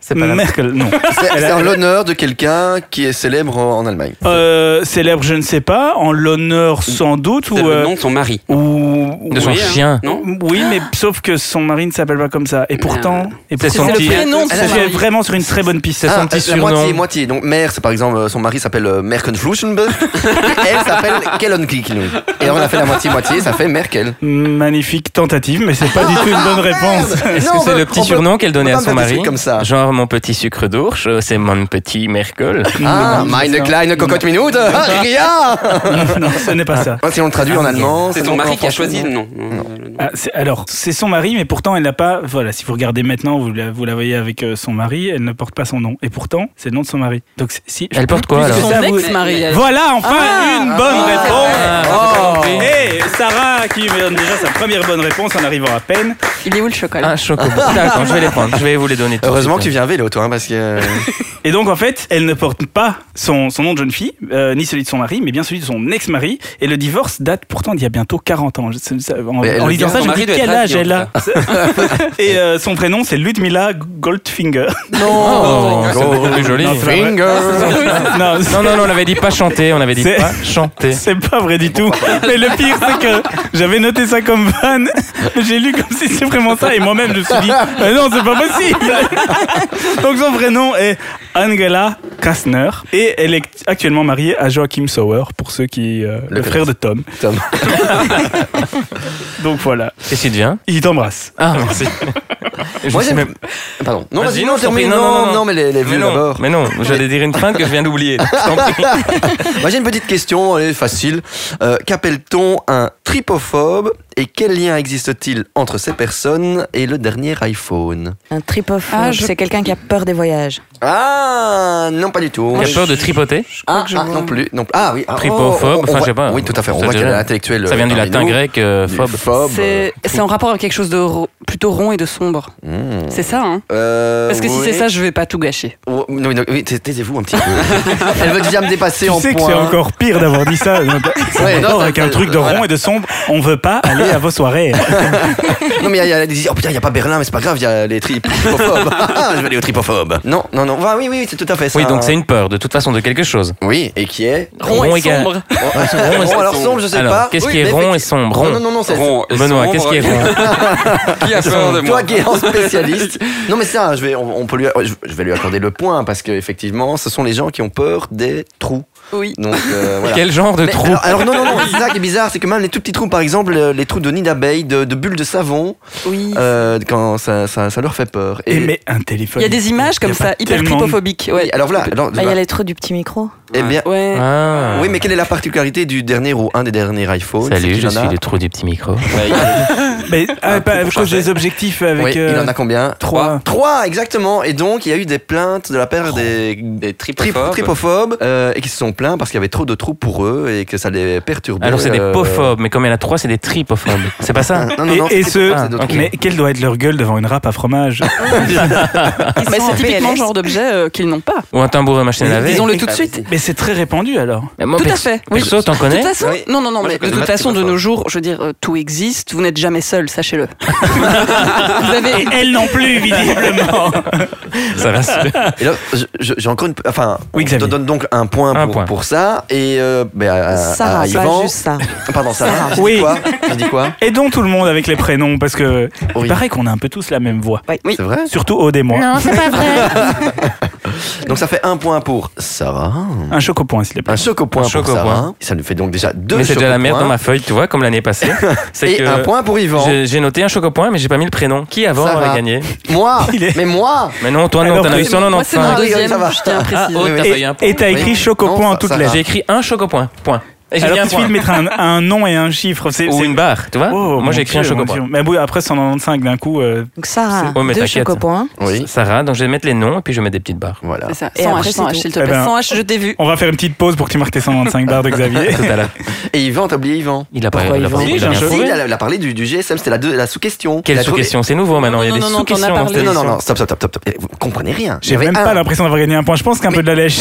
Speaker 2: C'est pas la même.
Speaker 1: Merkel, non.
Speaker 4: C'est c'est en l'honneur de quelqu'un qui est célèbre en Allemagne.
Speaker 1: Euh, célèbre, je ne sais pas. En l'honneur, sans doute ou.
Speaker 3: C'est le
Speaker 1: euh,
Speaker 3: nom de son mari.
Speaker 1: ou
Speaker 2: De son
Speaker 3: Oui, hein.
Speaker 2: chien.
Speaker 3: Non
Speaker 1: Oui, mais sauf que son mari ne s'appelle pas comme ça. Et pourtant, et
Speaker 2: C'est
Speaker 1: pourtant,
Speaker 2: son
Speaker 5: petit- prénom de
Speaker 1: Je
Speaker 5: son
Speaker 1: suis
Speaker 5: mari.
Speaker 1: vraiment sur une très bonne piste.
Speaker 2: C'est son
Speaker 4: Ah,
Speaker 2: petit
Speaker 4: la moitié,
Speaker 2: surnom.
Speaker 4: moitié. Donc, mère, c'est par exemple, euh, son mari s'appelle euh, Merkenfluschenberg. Elle s'appelle Kellenkirchen. Et on a fait la moitié-moitié, ça fait Merkel.
Speaker 1: Magnifique tentative, mais c'est pas du tout une bonne réponse.
Speaker 2: Est-ce
Speaker 4: Non,
Speaker 5: Ah,
Speaker 2: que c'est
Speaker 4: bah,
Speaker 2: le
Speaker 4: on
Speaker 2: petit
Speaker 4: peut-
Speaker 2: surnom qu'elle donnait
Speaker 4: on peut
Speaker 2: à
Speaker 4: pas
Speaker 2: son
Speaker 4: me faire
Speaker 2: mari
Speaker 4: des trucs comme ça.
Speaker 2: Genre mon petit sucre d'ourche, c'est mon petit Merkel.
Speaker 4: Ah, meine kleine cocotte minute Ah, Ria
Speaker 1: non, ce n'est pas ça.
Speaker 4: Ah, Si on le traduit en
Speaker 2: hein.
Speaker 4: allemand.
Speaker 3: C'est ton
Speaker 4: bon,
Speaker 3: mari qui a
Speaker 4: franchement.
Speaker 3: choisi Non. non, euh, non.
Speaker 1: Ah, c'est- alors, c'est son mari, mais pourtant, elle n'a pas. Voilà, si vous regardez maintenant, vous la, vous la voyez avec euh, son mari, elle ne porte pas son nom. Et pourtant, c'est le nom de son mari. Donc, c'est- si.
Speaker 2: Elle porte quoi
Speaker 1: plus
Speaker 2: alors
Speaker 1: que ça, vous-
Speaker 5: ex-mari. elle.
Speaker 1: Voilà, enfin,
Speaker 5: Ah,
Speaker 1: une bonne
Speaker 5: ah,
Speaker 1: réponse.
Speaker 2: Ah,
Speaker 4: Oh.
Speaker 1: Et Sarah qui me donne déjà sa première bonne réponse en arrivant à peine.
Speaker 5: Il est où le chocolat
Speaker 2: Un chocobo. D'accord, je vais les prendre, je vais vous les donner. tout de
Speaker 4: Heureusement que
Speaker 2: suite.
Speaker 4: tu viens à vélo, toi, hein, parce que. euh,
Speaker 1: Et donc en fait, elle ne porte pas son, son nom de jeune fille, euh, ni celui de son mari, mais bien celui de son ex-mari. Et le divorce date pourtant d'il y a bientôt 40 ans. Je- ça- ça- en
Speaker 4: Mais elle
Speaker 1: en
Speaker 4: le
Speaker 1: lisant
Speaker 3: dit,
Speaker 1: ça,
Speaker 3: son
Speaker 1: je me
Speaker 3: mari
Speaker 1: dis
Speaker 3: doit
Speaker 1: quel
Speaker 3: être
Speaker 1: âge elle
Speaker 3: ravi,
Speaker 1: a Et euh, son prénom, c'est Ludmila Goldfinger.
Speaker 2: Oh, c'est
Speaker 4: Go,
Speaker 2: beaucoup plus joli.
Speaker 1: Non, c'est pas vrai.
Speaker 4: Finger
Speaker 1: non,
Speaker 2: Non, non, non, on avait dit pas chanter, on avait dit
Speaker 1: C'est-
Speaker 2: pas chanter.
Speaker 1: C'est pas vrai du tout. Mais le pire, c'est que j'avais noté ça comme van. J'ai lu comme si c'était vraiment ça. Et moi-même, je me suis dit, mais non, c'est pas possible. Donc son prénom est Angela Kastner. Et elle est actuellement mariée à Joachim Sauer, pour ceux qui. euh, le
Speaker 4: Le
Speaker 1: frère de Tom.
Speaker 4: Tom.
Speaker 1: Donc voilà.
Speaker 2: Qu'est-ce qu'il devient
Speaker 1: Il t'embrasse.
Speaker 2: Ah, merci. Je
Speaker 4: Moi,
Speaker 2: sais
Speaker 4: j'aime-
Speaker 2: même-
Speaker 4: Pardon. Non,
Speaker 2: Vas-y,
Speaker 4: vas-y,
Speaker 2: non,
Speaker 4: non,
Speaker 2: je t'en prie.
Speaker 4: termine.
Speaker 2: Non, non,
Speaker 4: Non,
Speaker 2: non.
Speaker 4: non, mais les les
Speaker 2: Mais
Speaker 4: vues
Speaker 2: non,
Speaker 4: d'abord.
Speaker 2: mais non, j'allais dire une fin que je viens d'oublier. Je t'en prie.
Speaker 4: Moi, j'ai une petite question, elle est facile. Euh, Qu'appelle-t-on un tripophobe et quel lien existe-t-il entre ces personnes et le dernier iPhone
Speaker 6: Un tripophobe,
Speaker 5: Ah, je-
Speaker 6: c'est quelqu'un qui a peur des voyages.
Speaker 4: Ah, non, pas du tout.
Speaker 2: T'as peur de tripoter
Speaker 4: Ah,
Speaker 5: que je
Speaker 4: ah,
Speaker 5: vois.
Speaker 4: non plus, non plus. Ah oui. ah,
Speaker 2: Tripophobe,
Speaker 4: on- on
Speaker 2: enfin,
Speaker 4: voit-
Speaker 2: je sais pas.
Speaker 4: Oui, tout à fait. On
Speaker 2: Ça
Speaker 4: voit qu'elle est
Speaker 2: déjà-
Speaker 4: intellectuelle.
Speaker 2: Ça vient du
Speaker 4: parmi
Speaker 2: latin
Speaker 4: nous.
Speaker 2: grec, euh,
Speaker 4: Du
Speaker 2: phobe.
Speaker 4: Phobe.
Speaker 5: C'est c'est en rapport avec quelque chose de ro- plutôt rond et de sombre.
Speaker 4: Mmh.
Speaker 5: C'est ça, hein
Speaker 4: Euh,
Speaker 5: Parce que si
Speaker 4: oui.
Speaker 5: c'est ça, je vais pas tout gâcher.
Speaker 4: Oh, non, non, oui, tais- taisez-vous un petit peu. Elle veut déjà me dépasser
Speaker 1: Tu
Speaker 4: en
Speaker 1: sais que
Speaker 4: points.
Speaker 1: c'est encore pire d'avoir dit ça.
Speaker 4: Ouais, non,
Speaker 1: Encore avec
Speaker 4: ça-
Speaker 1: un truc de
Speaker 4: voilà.
Speaker 1: rond et de sombre, on veut pas aller à vos soirées.
Speaker 4: Non, mais il y a, il y a des- oh putain, il n'y a pas Berlin, mais c'est pas grave, il y a les tripophobes. je vais aller aux tripophobes. Non, non, non. Ah, oui, oui, oui, c'est tout à fait ça.
Speaker 2: Oui, donc c'est une peur, de toute façon, de quelque chose.
Speaker 4: Oui, et qui est
Speaker 2: Rond et sombre.
Speaker 4: Rond, alors sombre, je sais
Speaker 2: Alors,
Speaker 4: pas.
Speaker 2: qu'est-ce
Speaker 4: Oui,
Speaker 2: qui est
Speaker 4: mais
Speaker 2: rond et sombre
Speaker 4: Non,
Speaker 2: Rond.
Speaker 4: non, non, non, c'est
Speaker 3: Rond et
Speaker 2: Benoît,
Speaker 3: Oh,
Speaker 2: qu'est-ce
Speaker 3: sombre.
Speaker 2: qui est rond
Speaker 3: Qui a peur de moi
Speaker 4: toi qui es un spécialiste. non, mais ça, je vais, on, on peut lui, je, je vais lui accorder le point parce que effectivement, ce sont les gens qui ont peur des trous.
Speaker 5: Oui.
Speaker 4: Donc euh, voilà.
Speaker 2: Quel genre de
Speaker 4: Mais
Speaker 2: trou
Speaker 4: alors, alors non, non, non, c'est ça qui est bizarre, c'est que même les tout petits trous, par exemple, euh, les trous de nid d'abeille, de, de bulles de savon,
Speaker 5: Oui.
Speaker 4: euh, quand ça, ça, ça leur fait peur.
Speaker 1: Et mais un téléphone.
Speaker 5: Il y a des images
Speaker 1: y
Speaker 5: comme
Speaker 1: a
Speaker 5: ça,
Speaker 1: pas
Speaker 5: hyper
Speaker 1: tellement de-
Speaker 5: tripophobiques.
Speaker 4: Oui,
Speaker 5: Ouais.
Speaker 4: alors voilà. Alors,
Speaker 6: Ah, Il y
Speaker 3: bah.
Speaker 6: a les trous du petit micro.
Speaker 4: eh bien,
Speaker 5: Ouais.
Speaker 2: Ah.
Speaker 4: oui, mais quelle est la particularité du dernier ou un des derniers iPhones c'est
Speaker 2: Salut,
Speaker 4: qu'il
Speaker 2: je
Speaker 4: en
Speaker 2: suis
Speaker 4: a-
Speaker 2: le trou du petit micro.
Speaker 1: Mais ah, pas-
Speaker 4: pour
Speaker 1: à cause des objectifs avec.
Speaker 4: Oui, il
Speaker 1: euh,
Speaker 4: en a combien
Speaker 1: trois.
Speaker 4: Trois, exactement. Et donc, il y a eu des plaintes de la
Speaker 2: Oh.
Speaker 4: part des, des
Speaker 3: Des tripophobes.
Speaker 4: tripophobes euh, et qui se sont plaints parce qu'il y avait trop de trous pour eux et que ça les perturbait.
Speaker 2: Alors c'est des
Speaker 4: euh, Ah,
Speaker 2: pophobes, mais comme il y en a trois, c'est des tripophobes. C'est pas ça
Speaker 4: Non, non, non,
Speaker 1: Et- et
Speaker 4: c'est-
Speaker 1: ce-
Speaker 4: c'est d'autres
Speaker 2: Ah, ok.
Speaker 4: trous.
Speaker 1: Mais quelle doit être leur gueule devant une râpe à fromage
Speaker 5: Mais
Speaker 6: sont
Speaker 5: c'est
Speaker 6: en
Speaker 5: typiquement le
Speaker 6: PLS.
Speaker 5: genre d'objet euh, qu'ils n'ont pas.
Speaker 2: Ou un tambour et
Speaker 4: Ah
Speaker 2: machine à laver
Speaker 5: Disons-le tout Ah de suite.
Speaker 1: Mais c'est très répandu alors.
Speaker 2: Mais moi,
Speaker 5: Tout à
Speaker 2: perso-
Speaker 5: fait. Oui.
Speaker 2: Perso, t'en
Speaker 5: De
Speaker 2: connais
Speaker 5: toute façon,
Speaker 4: Oui.
Speaker 5: non, non, non,
Speaker 4: Moi, je
Speaker 5: mais de
Speaker 4: connais
Speaker 5: toute
Speaker 4: pas de
Speaker 5: façon, de
Speaker 4: tripophobes.
Speaker 5: nos jours, je veux dire, euh, tout existe. Vous n'êtes jamais seul, sachez-le. vous avez.
Speaker 1: Elles non plus, visiblement.
Speaker 2: Ça va super.
Speaker 4: Et là, je- je- j'ai encore une. Enfin,
Speaker 1: Oui,
Speaker 4: on te
Speaker 1: Xavier.
Speaker 4: donne donc un point,
Speaker 2: Un
Speaker 4: pour,
Speaker 2: point.
Speaker 4: pour ça. Et euh, ben, à, à-
Speaker 6: Sarah,
Speaker 4: à
Speaker 6: pas
Speaker 4: Yvan. Ah,
Speaker 6: juste ça.
Speaker 4: Pardon, Sarah. J'ai dit
Speaker 1: Oui.
Speaker 4: quoi J'ai dit quoi
Speaker 1: Aidons tout le monde avec les prénoms parce que
Speaker 4: Oui.
Speaker 1: il paraît qu'on a un peu tous la même voix.
Speaker 4: C'est vrai
Speaker 1: Surtout Aude et moi.
Speaker 7: c'est pas vrai.
Speaker 4: Donc, ça fait un point pour Sarah.
Speaker 1: Un chocopoint s'il te plaît.
Speaker 4: Un chocopoint
Speaker 2: Un
Speaker 4: pour
Speaker 2: chocopoint.
Speaker 4: Sarah. Ça nous fait donc déjà deux
Speaker 2: Mais c'est déjà la merde dans
Speaker 4: chocopoints.
Speaker 2: ma feuille, tu vois, comme l'année passée. C'est
Speaker 4: Et un point pour Yvan.
Speaker 2: j'ai- J'ai noté un chocopoint, mais j'ai pas mis le prénom. Qui avant
Speaker 4: Sarah.
Speaker 2: avait gagné
Speaker 4: Moi
Speaker 1: Il est-
Speaker 4: Mais moi
Speaker 2: Mais non, toi non,
Speaker 1: Alors
Speaker 2: t'en
Speaker 1: que-
Speaker 2: as eu
Speaker 5: Moi, c'est mon
Speaker 2: 195.
Speaker 4: oui,
Speaker 5: deuxième.
Speaker 4: ça va.
Speaker 5: Je tiens à
Speaker 2: Ah,
Speaker 5: préciser.
Speaker 2: oh, t'as
Speaker 4: Oui,
Speaker 2: failli un point.
Speaker 1: Et t'as écrit
Speaker 4: Oui.
Speaker 1: chocopoint
Speaker 4: Non, ça-
Speaker 1: toute
Speaker 4: ça
Speaker 1: la
Speaker 4: va.
Speaker 2: J'ai écrit un chocopoint, point. Ah. Et j'ai mis
Speaker 1: Alors
Speaker 2: un
Speaker 1: qu'il suffit
Speaker 2: point.
Speaker 1: de mettre un, un nom et un chiffre. C'est,
Speaker 2: Ou
Speaker 1: c'est-
Speaker 2: une barre, tu vois
Speaker 1: Oh, mon
Speaker 2: Moi j'ai écrit un
Speaker 1: Dieu, mon
Speaker 2: chocopoint.
Speaker 1: Dieu. Mais bon, après 195 d'un coup. euh,
Speaker 6: Donc Sarah,
Speaker 2: C'est- Ouais, mais
Speaker 6: deux
Speaker 2: t'inquiète.
Speaker 6: chocopoints.
Speaker 4: Oui.
Speaker 2: Sarah, donc je vais mettre les noms et puis je mets des petites barres.
Speaker 4: Voilà.
Speaker 5: C'est ça.
Speaker 6: Et
Speaker 5: Sans
Speaker 6: après,
Speaker 5: H, sans
Speaker 6: c'est
Speaker 5: H,
Speaker 6: tout.
Speaker 5: s'il te
Speaker 1: Eh
Speaker 5: plaît.
Speaker 1: ben-
Speaker 5: Sans H, je t'ai vu.
Speaker 1: on va faire une petite pause pour que tu marques tes 195 barres de Xavier.
Speaker 2: Tout à l'heure.
Speaker 4: Et Yvan, t'as oublié Yvan
Speaker 2: Il a pas
Speaker 6: Pourquoi
Speaker 2: il a pas-
Speaker 6: Yvan
Speaker 2: il
Speaker 1: Si,
Speaker 2: a rien
Speaker 1: j'ai un
Speaker 4: Si,
Speaker 2: trouvé.
Speaker 4: il a, il a parlé du, du GSM, c'était la, deux- la sous-question. Il
Speaker 2: Quelle
Speaker 4: a trouvé-
Speaker 2: sous-question C'est nouveau maintenant, il y a
Speaker 5: Non,
Speaker 2: des
Speaker 5: non, non, t'en as
Speaker 2: sous-questions dans
Speaker 5: parlé.
Speaker 2: cette
Speaker 4: Non, non, non,
Speaker 2: émission.
Speaker 4: non, stop, stop, stop, stop. Eh, Vous comprenez rien.
Speaker 1: J'ai même pas l'impression d'avoir gagné un point. Je pense qu'un peu de la lèche.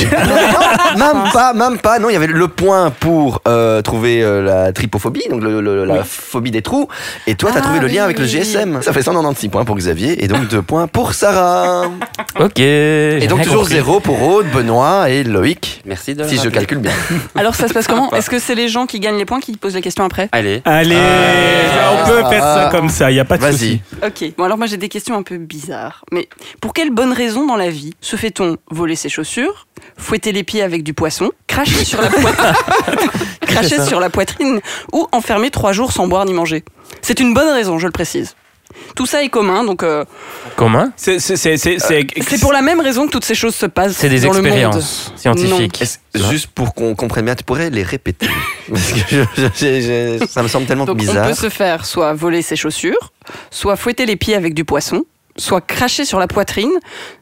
Speaker 4: Non, même pas, même pas. Non, il y avait le point pour euh, trouver euh, la tripophobie, donc le- le- la phobie des trous. Et toi, t'as
Speaker 5: Ah,
Speaker 4: trouvé le
Speaker 5: oui,
Speaker 4: lien avec le
Speaker 5: oui, oui.
Speaker 4: GSM. Ça fait 196 points pour Xavier et donc 2 points pour Sarah.
Speaker 2: Ok.
Speaker 4: Et donc toujours
Speaker 2: 0
Speaker 4: 0 pour Aude, Benoît et Loïc.
Speaker 3: Merci de le
Speaker 4: Si je
Speaker 3: rappeler.
Speaker 4: calcule bien.
Speaker 5: Alors, ça se passe comment Est-ce que c'est les gens qui gagnent les points qui posent la question après
Speaker 3: Allez.
Speaker 1: Allez, on peut faire ça comme ça. Il y a pas de souci.
Speaker 4: Vas-y.
Speaker 5: Ok. Bon, alors moi, j'ai des questions un peu bizarres. Mais pour quelle bonne raison dans la vie se fait-on voler ses chaussures, fouetter les pieds avec du poisson, cracher sur la poitrine, cracher sur la poitrine ou enfermer trois jours sans boire ni manger C'est une bonne raison, je le précise. Tout ça est commun, donc euh,
Speaker 2: Commun
Speaker 1: C'est c'est- c'est- c'est-
Speaker 5: c'est pour la même raison que toutes ces choses se passent
Speaker 2: C'est des
Speaker 5: dans
Speaker 2: expériences scientifiques.
Speaker 4: Est-ce- Juste pour qu'on comprenne bien, tu pourrais les répéter. Parce que je- je- je- je- ça me semble tellement
Speaker 5: le monde. Donc
Speaker 4: bizarre.
Speaker 5: on peut se faire soit voler ses chaussures, soit fouetter les pieds avec du poisson, soit cracher sur la poitrine,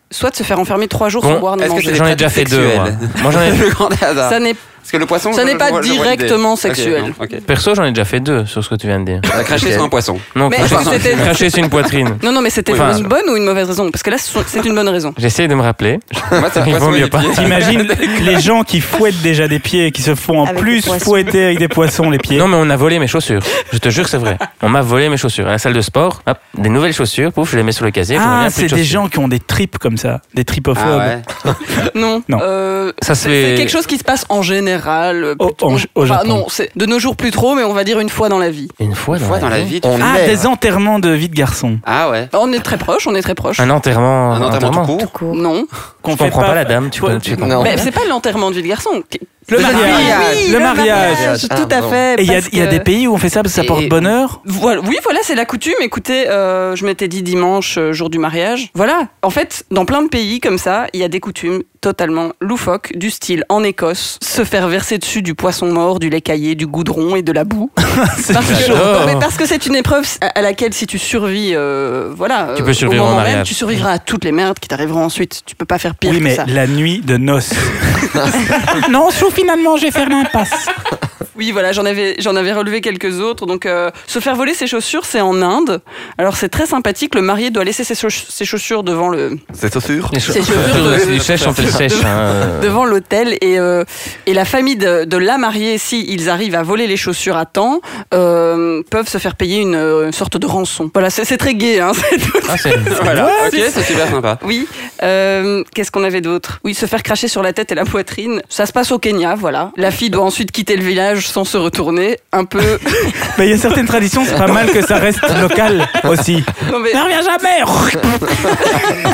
Speaker 5: soit de se faire enfermer trois jours
Speaker 2: Bon,
Speaker 5: sans boire ni
Speaker 3: est-ce que c'est
Speaker 5: manger.
Speaker 2: J'en ai
Speaker 3: des
Speaker 2: déjà fait
Speaker 3: pratiques
Speaker 2: deux. Moi,
Speaker 3: sexuelles.
Speaker 2: Moi, j'en ai...
Speaker 3: le grand hasard.
Speaker 5: Ça n'est
Speaker 3: Parce que le poisson,
Speaker 5: ça
Speaker 3: je-
Speaker 5: n'est
Speaker 3: je
Speaker 5: pas
Speaker 3: vois- je vois l'idée.
Speaker 5: directement
Speaker 3: Ok,
Speaker 5: sexuel.
Speaker 3: non, ok.
Speaker 2: Perso, j'en ai déjà fait deux sur ce que tu viens de dire.
Speaker 3: On a craché
Speaker 4: Ok.
Speaker 3: sur un poisson.
Speaker 2: Non,
Speaker 5: Mais
Speaker 2: cracher-
Speaker 5: est-ce que c'était-
Speaker 2: cracher sur une poitrine.
Speaker 5: Non, non, mais c'était
Speaker 2: Oui, enfin-
Speaker 5: une bonne ou une mauvaise raison Parce que là, ce sont- c'est une bonne raison.
Speaker 2: J'essaie de me rappeler.
Speaker 3: Moi, c'est un
Speaker 2: Il vaut
Speaker 3: poisson et
Speaker 2: mieux
Speaker 3: des
Speaker 2: pas.
Speaker 3: pieds.
Speaker 1: T'imagines les gens qui fouettent déjà des pieds et qui se font en
Speaker 6: Avec des
Speaker 1: plus
Speaker 6: poissons.
Speaker 1: fouetter avec des poissons les pieds.
Speaker 2: Non, mais on a volé mes chaussures. Je te jure, c'est vrai. On m'a volé mes chaussures. À la salle de sport, hop, des nouvelles chaussures, pouf, je les mets sur le casier. je
Speaker 1: ah,
Speaker 2: reviens, plus
Speaker 1: c'est
Speaker 2: de
Speaker 1: des
Speaker 2: chaussures.
Speaker 1: gens qui ont des tripes comme ça, des tripophobes.
Speaker 3: Ah ouais.
Speaker 5: Non.
Speaker 1: Non.
Speaker 5: Euh,
Speaker 2: Ça se fait-
Speaker 5: c'est quelque chose qui se passe en général. euh,
Speaker 1: Au-
Speaker 5: plutôt-
Speaker 1: en- au
Speaker 5: enfin,
Speaker 1: Japon.
Speaker 5: non, c'est de nos jours plus trop, mais on va dire une fois dans la vie.
Speaker 2: Une fois
Speaker 3: Une
Speaker 2: dans,
Speaker 3: fois
Speaker 2: la,
Speaker 3: dans la
Speaker 2: vie.
Speaker 3: vie. tu-
Speaker 4: On
Speaker 1: Ah,
Speaker 4: erre.
Speaker 1: des enterrements de vie de garçon.
Speaker 3: Ah ouais.
Speaker 5: On est très proche, on est très proche.
Speaker 2: Un enterrement.
Speaker 3: Un enterrement tout court.
Speaker 6: court.
Speaker 5: Non.
Speaker 1: Qu'on
Speaker 2: Je
Speaker 1: fait
Speaker 2: comprends pas la dame, tu
Speaker 1: Ouais,
Speaker 2: peux. tu comprends.
Speaker 4: Non.
Speaker 5: Mais c'est pas l'enterrement de vie de garçon. Bah,
Speaker 1: Le
Speaker 3: Le
Speaker 5: Ah
Speaker 1: mariage.
Speaker 3: mariage.
Speaker 1: Le mariage.
Speaker 4: Ah,
Speaker 6: Tout à
Speaker 4: bon.
Speaker 6: fait.
Speaker 1: Et il y, a-
Speaker 6: parce
Speaker 1: il y a
Speaker 6: que-
Speaker 1: des pays où on fait ça parce que ça
Speaker 5: Et-
Speaker 1: porte bonheur.
Speaker 5: Voilà, oui, voilà, c'est la coutume. Écoutez, euh, je m'étais dit dimanche, euh, jour du mariage. Voilà. En fait, dans plein de pays comme ça, il y a des coutumes totalement loufoques, du style en Écosse, se faire verser dessus du poisson mort, du lait caillé, du goudron et de la boue.
Speaker 1: C'est
Speaker 5: Parce que,
Speaker 2: chaud.
Speaker 5: non, mais parce que c'est une épreuve à, à laquelle si tu survis, euh, voilà,
Speaker 2: Tu
Speaker 5: euh,
Speaker 2: peux survivre
Speaker 5: au moment
Speaker 2: en
Speaker 5: même,
Speaker 2: mariage.
Speaker 5: tu survivras à toutes les merdes qui t'arriveront ensuite. Tu peux pas faire pire
Speaker 1: Oui, mais
Speaker 5: que ça.
Speaker 1: la nuit de noces. non, sauf finalement, je vais faire l'impasse.
Speaker 5: Oui, voilà, j'en avais, j'en avais relevé quelques autres. Donc, euh, se faire voler ses chaussures, c'est en Inde. Alors, c'est très sympathique. Le marié doit laisser ses, chauss- ses chaussures devant le,
Speaker 4: C'est sûr
Speaker 2: Les
Speaker 5: C'est sûr.
Speaker 2: chaussures de- du sèche, on fait le sèche. hein.
Speaker 5: devant l'hôtel et euh, et la famille de, de la mariée, si ils arrivent à voler les chaussures à temps, euh, peuvent se faire payer une, euh, une sorte de rançon. Voilà, c'est, c'est très gai. Hein, c'est tout.
Speaker 2: Ah, c'est-
Speaker 3: Voilà. Ok, c'est super sympa.
Speaker 5: Oui. euh, qu'est-ce qu'on avait d'autre Oui, se faire cracher sur la tête et la poitrine. Ça se passe au Kenya, voilà. La fille doit ensuite quitter le village sans se retourner, un peu.
Speaker 1: Mais il y a certaines traditions, c'est pas mal que ça reste local aussi.
Speaker 5: Non, mais-
Speaker 1: Ne reviens jamais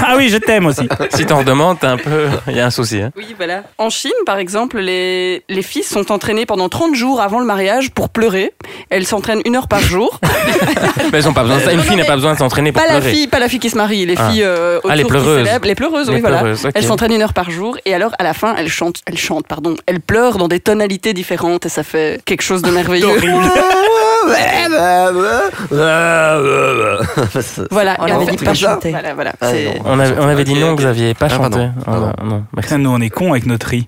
Speaker 1: Ah oui, je t'aime aussi.
Speaker 2: Si t'en demandes, t'as un peu. Il y a un souci. hein.
Speaker 5: Oui, voilà. En Chine, par exemple, les, les filles sont entraînées pendant 30 jours avant le mariage pour pleurer. Elles s'entraînent une heure par jour.
Speaker 2: Mais elles ont pas besoin de ça. Une
Speaker 5: Non,
Speaker 2: fille
Speaker 5: non,
Speaker 2: n'a pas
Speaker 5: mais-
Speaker 2: besoin de s'entraîner pour
Speaker 5: pas la
Speaker 2: pleurer.
Speaker 5: fille, pas la fille qui se marie, les
Speaker 2: Ah.
Speaker 5: filles euh, autour
Speaker 2: Ah, les
Speaker 5: qui
Speaker 2: pleureuses.
Speaker 5: célèbrent- les pleureuses, oui,
Speaker 2: Les
Speaker 5: voilà.
Speaker 2: pleureuses, ok.
Speaker 5: Elles s'entraînent une heure par jour et alors à la fin, elles chantent, elles chantent, pardon, elles pleurent dans des tonalités différentes et ça fait quelque chose de merveilleux. voilà.
Speaker 6: On
Speaker 5: Et
Speaker 6: leur
Speaker 5: en
Speaker 6: dit
Speaker 5: fait-
Speaker 6: pas
Speaker 5: voilà,
Speaker 6: chanter.
Speaker 5: Voilà, voilà.
Speaker 4: Ah,
Speaker 5: C'est-
Speaker 4: non.
Speaker 2: On, avait- on avait dit
Speaker 3: Ok,
Speaker 2: non,
Speaker 3: ok.
Speaker 2: Xavier, pas
Speaker 4: Ah,
Speaker 2: chanté.
Speaker 4: pardon,
Speaker 2: Ah,
Speaker 4: pardon.
Speaker 2: non, merci.
Speaker 1: Putain, nous, on est cons avec notre riz.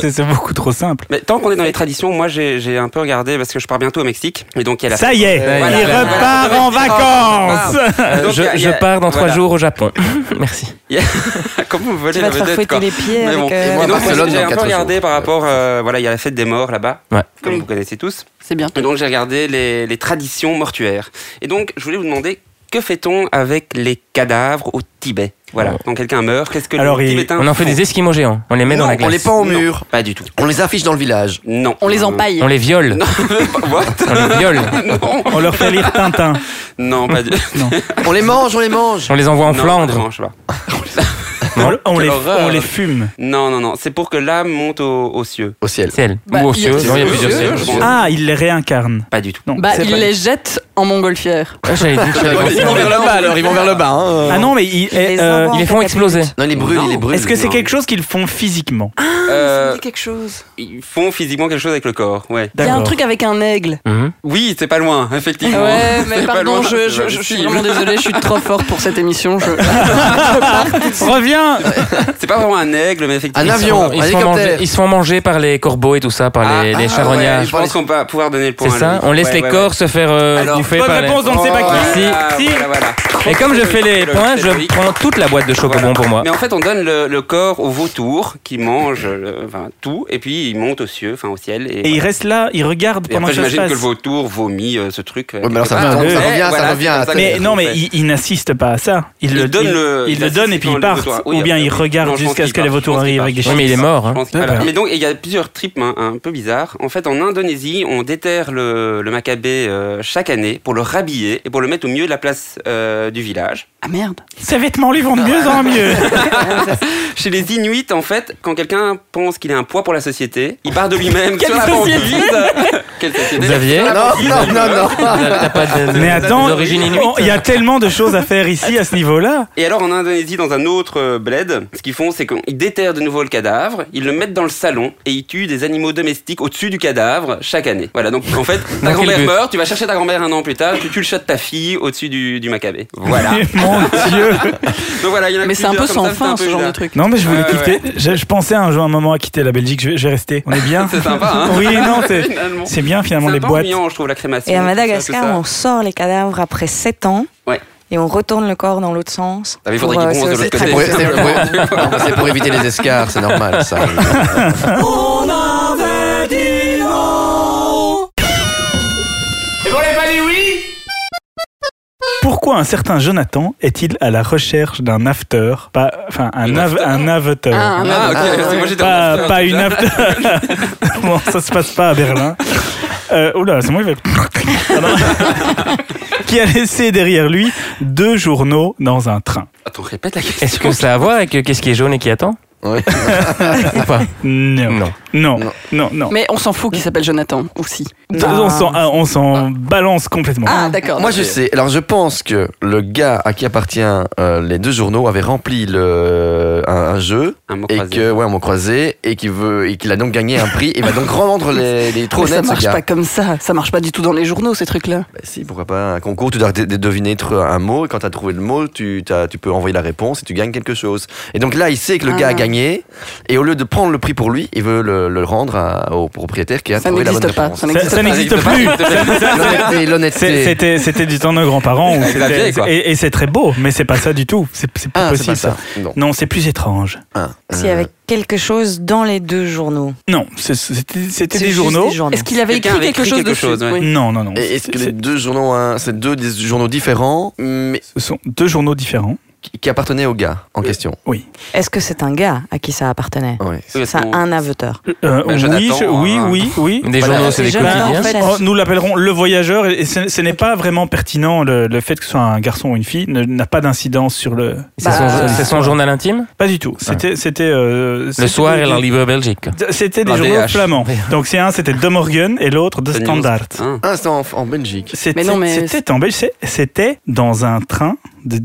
Speaker 1: c'est c'est beaucoup trop simple.
Speaker 3: Mais tant qu'on est dans les traditions, moi j'ai j'ai un peu regardé parce que je pars bientôt au Mexique et donc il y a Oh, la
Speaker 1: Ça y est,
Speaker 2: Voilà,
Speaker 1: il
Speaker 2: voilà.
Speaker 1: repart en vacances
Speaker 2: Euh,
Speaker 3: Donc,
Speaker 2: je,
Speaker 3: il y a- il y
Speaker 2: je
Speaker 3: a-
Speaker 2: pars dans trois
Speaker 3: voilà.
Speaker 2: jours au Japon. Merci.
Speaker 3: Comment vous volez
Speaker 6: Bah, Tu
Speaker 3: la
Speaker 6: vas te faire
Speaker 3: vedette,
Speaker 6: fouetter
Speaker 3: quoi.
Speaker 6: les pieds
Speaker 3: Mais
Speaker 6: avec.
Speaker 3: bon.
Speaker 6: euh,
Speaker 4: moi,
Speaker 3: Et donc,
Speaker 4: Barcelone,
Speaker 3: moi, j'ai
Speaker 4: dans
Speaker 3: un peu
Speaker 4: quatre
Speaker 3: regardé
Speaker 4: jours.
Speaker 3: par rapport, euh, voilà, il y a la fête des morts là-bas,
Speaker 2: Ouais.
Speaker 3: comme
Speaker 5: Oui.
Speaker 3: vous connaissez tous.
Speaker 5: C'est bien.
Speaker 3: Et donc j'ai regardé les, les traditions mortuaires. Et donc je voulais vous demander que fait-on avec les cadavres au Tibet Voilà,
Speaker 2: Oh.
Speaker 3: quand quelqu'un meurt, qu'est-ce que
Speaker 1: Alors,
Speaker 3: les
Speaker 1: il-
Speaker 3: Tibétains
Speaker 2: On en fait
Speaker 3: font
Speaker 2: des esquimaux géants. On les met dans
Speaker 4: Non,
Speaker 2: la
Speaker 4: on les
Speaker 2: glace.
Speaker 4: pend au mur.
Speaker 3: Pas du tout.
Speaker 4: On les affiche dans le village.
Speaker 3: Non.
Speaker 5: On les
Speaker 3: Non,
Speaker 5: empaille.
Speaker 2: On les viole.
Speaker 3: Non, what
Speaker 2: On les viole.
Speaker 3: non,
Speaker 1: On leur fait lire Tintin.
Speaker 3: non, pas du tout.
Speaker 4: On les mange, on les mange.
Speaker 2: On les envoie en
Speaker 3: Non,
Speaker 2: Flandre.
Speaker 3: non, je sais pas.
Speaker 1: On, on
Speaker 3: Quelle
Speaker 1: les,
Speaker 3: horreur.
Speaker 1: on les fume.
Speaker 3: Non, non, non, c'est pour que l'âme monte au- aux cieux.
Speaker 4: Au ciel.
Speaker 2: Ciel.
Speaker 5: Bah,
Speaker 2: Ou au
Speaker 5: il y a-
Speaker 2: cieux. Non, il y a plusieurs
Speaker 3: cieux,
Speaker 2: ciels.
Speaker 3: je pense.
Speaker 1: Ah, ils les réincarnent.
Speaker 3: Pas du tout.
Speaker 1: Non,
Speaker 5: Bah,
Speaker 1: c'est
Speaker 5: ils
Speaker 1: pas-
Speaker 5: les jettent en montgolfière.
Speaker 2: Ah, j'allais dire que j'allais
Speaker 4: Ils vont
Speaker 2: confondre.
Speaker 4: vers le bas, alors ils vont vers le bas. hein.
Speaker 1: Ah non, mais ils-
Speaker 6: les
Speaker 1: euh,
Speaker 6: envoie
Speaker 2: Ils les
Speaker 6: en
Speaker 2: font exploser.
Speaker 4: Non, il les brûle,
Speaker 3: Non.
Speaker 4: il les brûle.
Speaker 1: est-ce que c'est
Speaker 3: Non.
Speaker 1: quelque chose qu'ils font physiquement
Speaker 5: Ah,
Speaker 3: Euh,
Speaker 5: Ça me dit quelque chose.
Speaker 3: ils font physiquement quelque chose avec le corps, ouais.
Speaker 5: Il y a un
Speaker 1: D'accord.
Speaker 5: truc avec un aigle. Oh.
Speaker 2: Mhm.
Speaker 3: Oui, c'est pas loin, effectivement.
Speaker 5: Ouais, mais
Speaker 3: C'est pas
Speaker 5: pardon,
Speaker 3: loin,
Speaker 5: je,
Speaker 3: c'est
Speaker 5: je-
Speaker 3: pas
Speaker 5: je suis
Speaker 3: possible.
Speaker 5: vraiment désolée, je suis trop forte pour cette émission. Je...
Speaker 1: Reviens
Speaker 3: C'est pas vraiment un aigle, mais effectivement.
Speaker 4: Un avion,
Speaker 2: Ils
Speaker 4: un
Speaker 2: se font manger-
Speaker 4: hélicoptère.
Speaker 2: Ils se font manger par les corbeaux et tout ça, par les
Speaker 3: Ah,
Speaker 2: les
Speaker 3: ah,
Speaker 2: charognards.
Speaker 3: ouais, je pense qu'on va pouvoir donner le point.
Speaker 2: C'est ça
Speaker 3: à Loïc.
Speaker 2: On laisse
Speaker 3: Ouais,
Speaker 2: les
Speaker 3: ouais,
Speaker 2: corps se faire euh,
Speaker 4: Alors,
Speaker 2: bouffer
Speaker 1: Bonne
Speaker 2: par les-
Speaker 1: réponse, on ne sait pas qui.
Speaker 2: Merci.
Speaker 3: ouais. Ah,
Speaker 1: Si.
Speaker 3: voilà, voilà.
Speaker 2: Et comme je fais les
Speaker 3: Le-
Speaker 2: points,
Speaker 3: le-
Speaker 2: je
Speaker 3: le-
Speaker 2: prends toute la boîte de chocobons
Speaker 3: Voilà.
Speaker 2: pour moi.
Speaker 3: Mais en fait, on donne le, le corps aux vautours qui mangent le- enfin, tout, et puis ils montent aux cieux, enfin au ciel. Et,
Speaker 1: Et ils
Speaker 3: voilà.
Speaker 1: restent là, ils regardent
Speaker 3: Et
Speaker 1: pendant
Speaker 3: après,
Speaker 1: que ça se
Speaker 3: j'imagine
Speaker 1: passe.
Speaker 3: que le vautour vomit euh, ce truc. euh,
Speaker 4: Ouais, mais alors ça
Speaker 3: quelque part.
Speaker 1: revient, ça
Speaker 3: Ouais,
Speaker 4: revient, ça
Speaker 3: voilà,
Speaker 4: revient
Speaker 3: c'est
Speaker 4: à
Speaker 3: comme ça
Speaker 4: la
Speaker 3: que
Speaker 1: Mais
Speaker 3: je
Speaker 1: non, mais
Speaker 3: trouve,
Speaker 1: ils ils n'assistent pas à ça. Ils
Speaker 3: Ils
Speaker 1: le
Speaker 3: donnent
Speaker 1: ils-
Speaker 3: le-
Speaker 1: ils le
Speaker 3: ils
Speaker 1: donnent et
Speaker 3: assistent
Speaker 1: puis ils
Speaker 3: dans le
Speaker 1: partent.
Speaker 3: trottoir. Oui,
Speaker 1: Ou bien ils
Speaker 3: absolument. Non,
Speaker 1: regardent
Speaker 3: je pense
Speaker 1: jusqu'à ce
Speaker 3: qu'ils
Speaker 1: que les
Speaker 3: partent,
Speaker 1: vautours
Speaker 3: je pense qu'ils
Speaker 1: arrivent avec des
Speaker 3: partent.
Speaker 2: Ouais,
Speaker 1: choses.
Speaker 2: mais il est mort.
Speaker 3: Je
Speaker 2: hein.
Speaker 3: pense que-
Speaker 1: Ouais,
Speaker 3: voilà.
Speaker 1: bah.
Speaker 3: Mais donc, il y a plusieurs trips hein, un peu bizarres. En fait, en Indonésie, on déterre le, le macabé euh, chaque année pour le rhabiller et pour le mettre au milieu de la place euh, du village.
Speaker 5: Ah merde.
Speaker 1: Ces vêtements lui vont de mieux en mieux.
Speaker 3: Chez les Inuits, en fait, quand quelqu'un pense qu'il est un poids pour la société, il part de lui-même
Speaker 5: Quelle
Speaker 3: sur la
Speaker 5: société
Speaker 3: banquise. Quelle société
Speaker 2: Xavier
Speaker 4: Non, non, non, non.
Speaker 2: T'as pas de,
Speaker 1: Mais attends,
Speaker 2: d'origine inuite
Speaker 1: il y a tellement de choses à faire ici à ce niveau-là.
Speaker 3: Et alors en Indonésie, dans un autre euh, bled, ce qu'ils font, c'est qu'ils déterrent de nouveau le cadavre, ils le mettent dans le salon et ils tuent des animaux domestiques au-dessus du cadavre chaque année. Voilà, donc en fait, ta
Speaker 2: quel
Speaker 3: grand-mère
Speaker 2: but
Speaker 3: meurt, tu vas chercher ta grand-mère un an plus tard, tu tues le chat de ta fille au-dessus du, du macabé. Voilà.
Speaker 1: Mon Dieu.
Speaker 3: Donc voilà, il y en a
Speaker 5: Mais c'est un peu
Speaker 3: plusieurs comme ça,
Speaker 5: sans
Speaker 3: c'est un
Speaker 5: fin
Speaker 3: peu
Speaker 5: ce genre de
Speaker 3: bizarre.
Speaker 5: truc.
Speaker 1: Non, mais je voulais
Speaker 3: Ouais,
Speaker 1: quitter. Je, je pensais un jour, un moment à quitter la Belgique. Je vais, je vais rester. On est bien.
Speaker 3: C'est sympa, hein
Speaker 1: Oui, non, c'est
Speaker 3: Finalement.
Speaker 1: c'est bien
Speaker 3: C'est
Speaker 1: finalement
Speaker 3: un
Speaker 1: les
Speaker 3: peu
Speaker 1: boîtes.
Speaker 3: ennuyant, je trouve, la crémation.
Speaker 6: Et à
Speaker 3: tout ça,
Speaker 6: Madagascar,
Speaker 3: tout ça.
Speaker 6: on sort les cadavres après 7 ans.
Speaker 3: Ouais.
Speaker 6: Et on retourne le corps dans l'autre sens.
Speaker 3: Ah, mais il faudrait
Speaker 6: pour,
Speaker 3: qu'ils
Speaker 6: euh,
Speaker 3: bronzent de
Speaker 6: se-
Speaker 3: l'autre côté.
Speaker 4: C'est pour, c'est pour- non, c'est pour éviter les escarres, c'est normal ça.
Speaker 1: Pourquoi un certain Jonathan est-il à la recherche d'un after Pas, enfin, un, av un avatar.
Speaker 5: Ah, un
Speaker 3: Ah, ok,
Speaker 5: avatar.
Speaker 3: parce que moi, j'étais en
Speaker 1: pas,
Speaker 3: after,
Speaker 1: pas
Speaker 3: déjà.
Speaker 1: une after. bon, ça se passe pas à Berlin. Euh, oula, c'est moi qui vais- Pardon. qui a laissé derrière lui deux journaux dans un train.
Speaker 3: Attends, répète la question.
Speaker 2: Est-ce que ça a à voir avec euh, qu'est-ce qui est jaune et qui attend
Speaker 4: Ouais.
Speaker 2: Ou pas
Speaker 1: Non. Non.
Speaker 2: Non.
Speaker 1: Non.
Speaker 4: Non.
Speaker 1: Non.
Speaker 5: Mais on s'en fout qu'il s'appelle Jonathan aussi.
Speaker 1: On s'en ah, on s'en balance complètement.
Speaker 5: Ah, d'accord.
Speaker 4: Moi je sais. Alors je pense que le gars à qui appartient euh, les deux journaux avait rempli le, un, un jeu
Speaker 3: Un mot
Speaker 4: et
Speaker 3: croisé.
Speaker 4: que ouais on m'a croisé et qu'il veut et qu'il a donc gagné un prix et va donc revendre les, les trop
Speaker 5: Mais ça
Speaker 4: honnêtes, ce
Speaker 5: marche
Speaker 4: gars.
Speaker 5: pas comme ça. Ça marche pas du tout dans les journaux, ces trucs-là.
Speaker 4: Bah, si pourquoi pas un concours tu dois dé- dé- deviner tr- un mot et quand t'as trouvé le mot tu t'as- tu peux envoyer la réponse et tu gagnes quelque chose. Et donc là il sait que le
Speaker 5: Ah.
Speaker 4: gars a gagné et au lieu de prendre le prix pour lui il veut le, le rendre à- au propriétaire qui a
Speaker 5: Ça
Speaker 4: trouvé la bonne
Speaker 5: n'existe pas.
Speaker 4: réponse.
Speaker 5: Ça
Speaker 1: ça
Speaker 3: Ah,
Speaker 5: n'existe
Speaker 1: ça
Speaker 5: pas.
Speaker 1: n'existe plus. Ça- ça-
Speaker 4: L'honnêteté, Ah,
Speaker 1: c'est-
Speaker 4: l'honnêteté.
Speaker 1: C'était c'était du temps de nos grands-parents. où
Speaker 3: la vieille,
Speaker 1: c'était-
Speaker 3: quoi.
Speaker 1: Et, et c'est très beau, mais c'est pas ça du tout. C'est c'est pas
Speaker 4: Ah, c'est
Speaker 1: possible
Speaker 4: pas
Speaker 1: ça.
Speaker 4: ça. Non.
Speaker 1: Non, c'est plus étrange.
Speaker 6: S'il y avait quelque chose dans les deux journaux.
Speaker 1: Non, c'est- c'était c'était
Speaker 6: C'est
Speaker 1: des
Speaker 6: juste
Speaker 1: journaux.
Speaker 5: Est-ce qu'il avait
Speaker 3: Quelqu'un
Speaker 5: écrit
Speaker 3: avait
Speaker 5: quelque
Speaker 3: écrit
Speaker 5: chose
Speaker 3: quelque
Speaker 5: dessus
Speaker 3: chose, ouais.
Speaker 5: Oui.
Speaker 1: Non, non, non.
Speaker 4: Et est-ce que
Speaker 1: C'est-
Speaker 4: les deux journaux, hein, c'est deux des journaux différents, mais
Speaker 1: Ce sont deux journaux différents.
Speaker 4: qui- qui appartenaient au gars
Speaker 1: Euh,
Speaker 4: en question Ah
Speaker 6: Est-ce que c'est un gars à qui ça appartenait
Speaker 4: Ouais.
Speaker 3: Oui,
Speaker 6: C'est
Speaker 3: bon.
Speaker 6: un avatar.
Speaker 1: Euh,
Speaker 3: Ben,
Speaker 1: oui,
Speaker 3: Jonathan,
Speaker 1: je- oui,
Speaker 3: hein.
Speaker 1: oui, oui.
Speaker 2: Des
Speaker 4: Voilà,
Speaker 2: journaux, c'est des
Speaker 6: c'est jaune,
Speaker 2: quotidiens.
Speaker 6: en fait.
Speaker 1: Oh, nous l'appellerons le voyageur et ce, ce n'est pas vraiment pertinent le, le fait que ce soit un garçon ou une fille ne- n'a pas d'incidence sur le
Speaker 2: C'est son,
Speaker 5: Bah,
Speaker 2: c'est son journal intime
Speaker 1: pas du tout c'était c'était euh,
Speaker 2: Le
Speaker 1: c'était-
Speaker 2: soir, elle en libre Belgique.
Speaker 1: c'était des
Speaker 3: La
Speaker 1: journaux
Speaker 3: DH.
Speaker 1: flamands donc c'est un c'était De Morgan et l'autre De
Speaker 3: News.
Speaker 1: Standard
Speaker 3: Hein
Speaker 4: Ah, c'était en, en Belgique.
Speaker 1: C'était
Speaker 5: Mais non, mais-
Speaker 1: c'était en Belgique, c'est- c'était dans un train de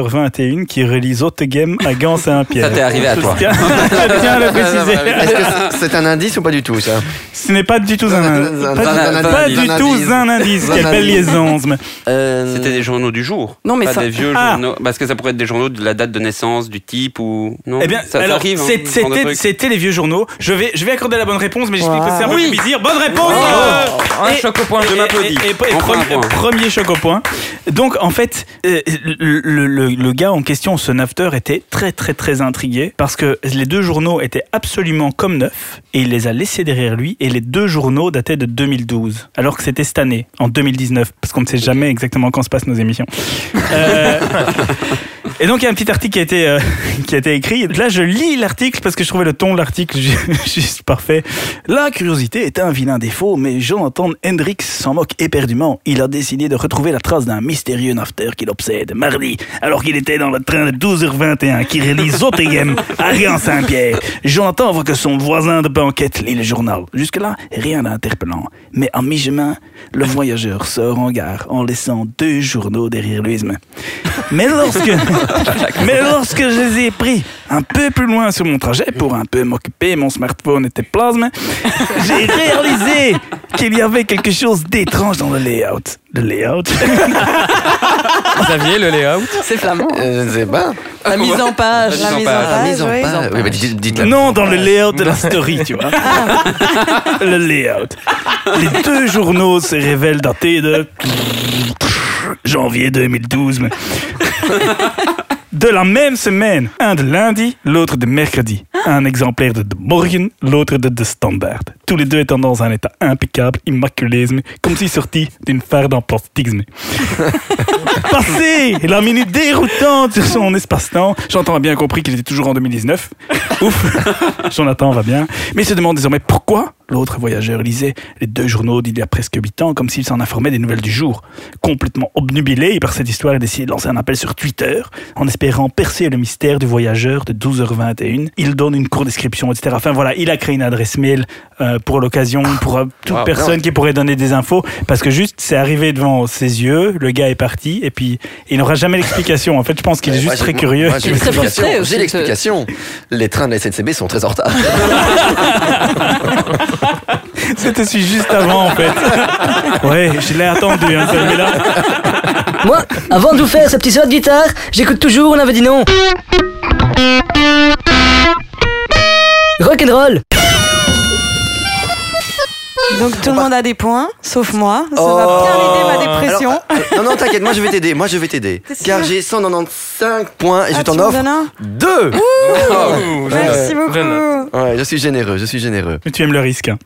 Speaker 1: 12h21 qui relie Zottegem à Gans et un Pierre.
Speaker 3: Ça t'est arrivé à toi.
Speaker 1: Je tiens, je tiens à le préciser.
Speaker 4: Est-ce que c'est- c'est un indice ou pas du tout ça
Speaker 1: Ce n'est pas du tout un,
Speaker 4: Un-
Speaker 1: pas,
Speaker 3: un- un-
Speaker 1: pas
Speaker 3: un-
Speaker 1: du
Speaker 4: un-
Speaker 1: tout un indice.
Speaker 4: Un
Speaker 1: Quelle belle
Speaker 4: indice.
Speaker 1: liaison. mais-
Speaker 4: Euh,
Speaker 3: C'était des journaux du jour.
Speaker 5: Non, mais
Speaker 3: pas
Speaker 5: ça-
Speaker 3: des vieux
Speaker 1: Ah.
Speaker 3: journaux. Parce que ça pourrait être des journaux de la date de naissance, du type ou. Non,
Speaker 1: Eh bien,
Speaker 3: ça, ça
Speaker 1: alors,
Speaker 3: arrive. hein,
Speaker 1: c'est-
Speaker 3: ce genre de
Speaker 1: c'était
Speaker 3: truc.
Speaker 1: c'était les vieux journaux. Je vais, je vais accorder la bonne réponse, mais j'explique
Speaker 6: Wow.
Speaker 1: que c'est un peu
Speaker 2: Oui.
Speaker 1: plus bizarre. Bonne réponse euh,
Speaker 2: Oh, Un
Speaker 1: et-
Speaker 2: choc au point.
Speaker 3: Je m'applaudis.
Speaker 1: Et, et- et- et
Speaker 3: Enfin
Speaker 1: premier,
Speaker 3: un point.
Speaker 1: premier choc au point. Donc en fait, euh, le, le- le gars en question, ce nafter, était très très très intrigué parce que les deux journaux étaient absolument comme neufs et il les a laissés derrière lui et les deux journaux dataient de 2012 alors que c'était cette année, en 2019, parce qu'on ne sait jamais exactement quand se passent nos émissions. Euh, et donc il y a un petit article qui a été euh, qui a été écrit. Là, je lis l'article parce que je trouvais le ton de l'article ju- juste parfait. La curiosité est un vilain défaut, mais Jonathan Hendricks s'en moque éperdument. Il a décidé de retrouver la trace d'un mystérieux nafter qui l'obsède mardi, alors qu'il était dans le train de 12h21 qui relie Zottegem à Rian-Saint-Pierre. Jonathan voit que son voisin de banquette lit le journal. Jusque-là, rien d'interpellant. Mais à mi-chemin, le voyageur sort en gare en laissant deux journaux derrière lui. Mais lorsque, mais lorsque je les ai pris un peu plus loin sur mon trajet pour un peu m'occuper, mon smartphone était plasme, j'ai réalisé qu'il y avait quelque chose d'étrange dans le layout. Le layout
Speaker 2: Xavier, le layout.
Speaker 5: C'est flamand.
Speaker 1: hein.
Speaker 4: euh, Je ne sais pas.
Speaker 5: La mise en page.
Speaker 3: La mise en
Speaker 5: page.
Speaker 6: Ah,
Speaker 4: Ils ont
Speaker 6: oui.
Speaker 4: pas- Oui, bah, dites- dites-la.
Speaker 1: Non, dans le layout de la story, tu vois. Le layout. Les deux journaux se révèlent datés de janvier 2012. mais- De la même semaine, un de lundi, l'autre de mercredi. Un exemplaire de De Morgen, l'autre de De Standard. Tous les deux étant dans un état impeccable, immaculisme, comme si sortis d'une farde en plastisme. Passé la minute déroutante sur son espace-temps, Jonathan a bien compris qu'il était toujours en 2019. Ouf, Jonathan va bien. Mais il se demande désormais pourquoi l'autre voyageur lisait les deux journaux d'il y a presque huit ans comme s'il s'en informait des nouvelles du jour. Complètement obnubilé par cette histoire, il décide de lancer un appel sur Twitter en espérant percer le mystère du voyageur de 12h21. Il donne une courte description, etc. Enfin voilà, il a créé une adresse mail euh, pour l'occasion, pour euh, toute
Speaker 4: Ah. Wow,
Speaker 1: personne qui pourrait donner des infos, parce que juste c'est arrivé devant ses yeux, le gars est parti, et puis il n'aura jamais l'explication. En fait, je pense qu'il est
Speaker 4: Moi,
Speaker 1: juste
Speaker 4: j'ai-
Speaker 1: très curieux.
Speaker 4: moi, j'ai
Speaker 5: Il est très
Speaker 4: l'explication,
Speaker 5: frustré aussi,
Speaker 4: J'ai
Speaker 5: ce-
Speaker 4: l'explication. Les trains de la SNCB sont très en retard.
Speaker 1: C'était celui juste avant, en fait. Ouais, je l'ai attendu, hein, celui-là.
Speaker 8: Moi, avant de vous faire ce petit solo de guitare, j'écoute toujours, on avait dit non. Rock'n'roll
Speaker 6: Donc tout le monde a des points, sauf moi. Ça va bien aider ma dépression.
Speaker 4: Oh. Alors, euh, non, non, t'inquiète, moi je vais t'aider, moi je vais t'aider.
Speaker 6: T'es sûr
Speaker 4: Car j'ai 195 points et je
Speaker 6: Ah,
Speaker 4: t'en
Speaker 6: tu m'en
Speaker 4: offre
Speaker 6: donnes un
Speaker 4: deux.
Speaker 2: Ouh,
Speaker 6: Merci beaucoup.
Speaker 4: Ouais, je suis généreux, je suis généreux.
Speaker 1: Mais tu aimes le risque. hein.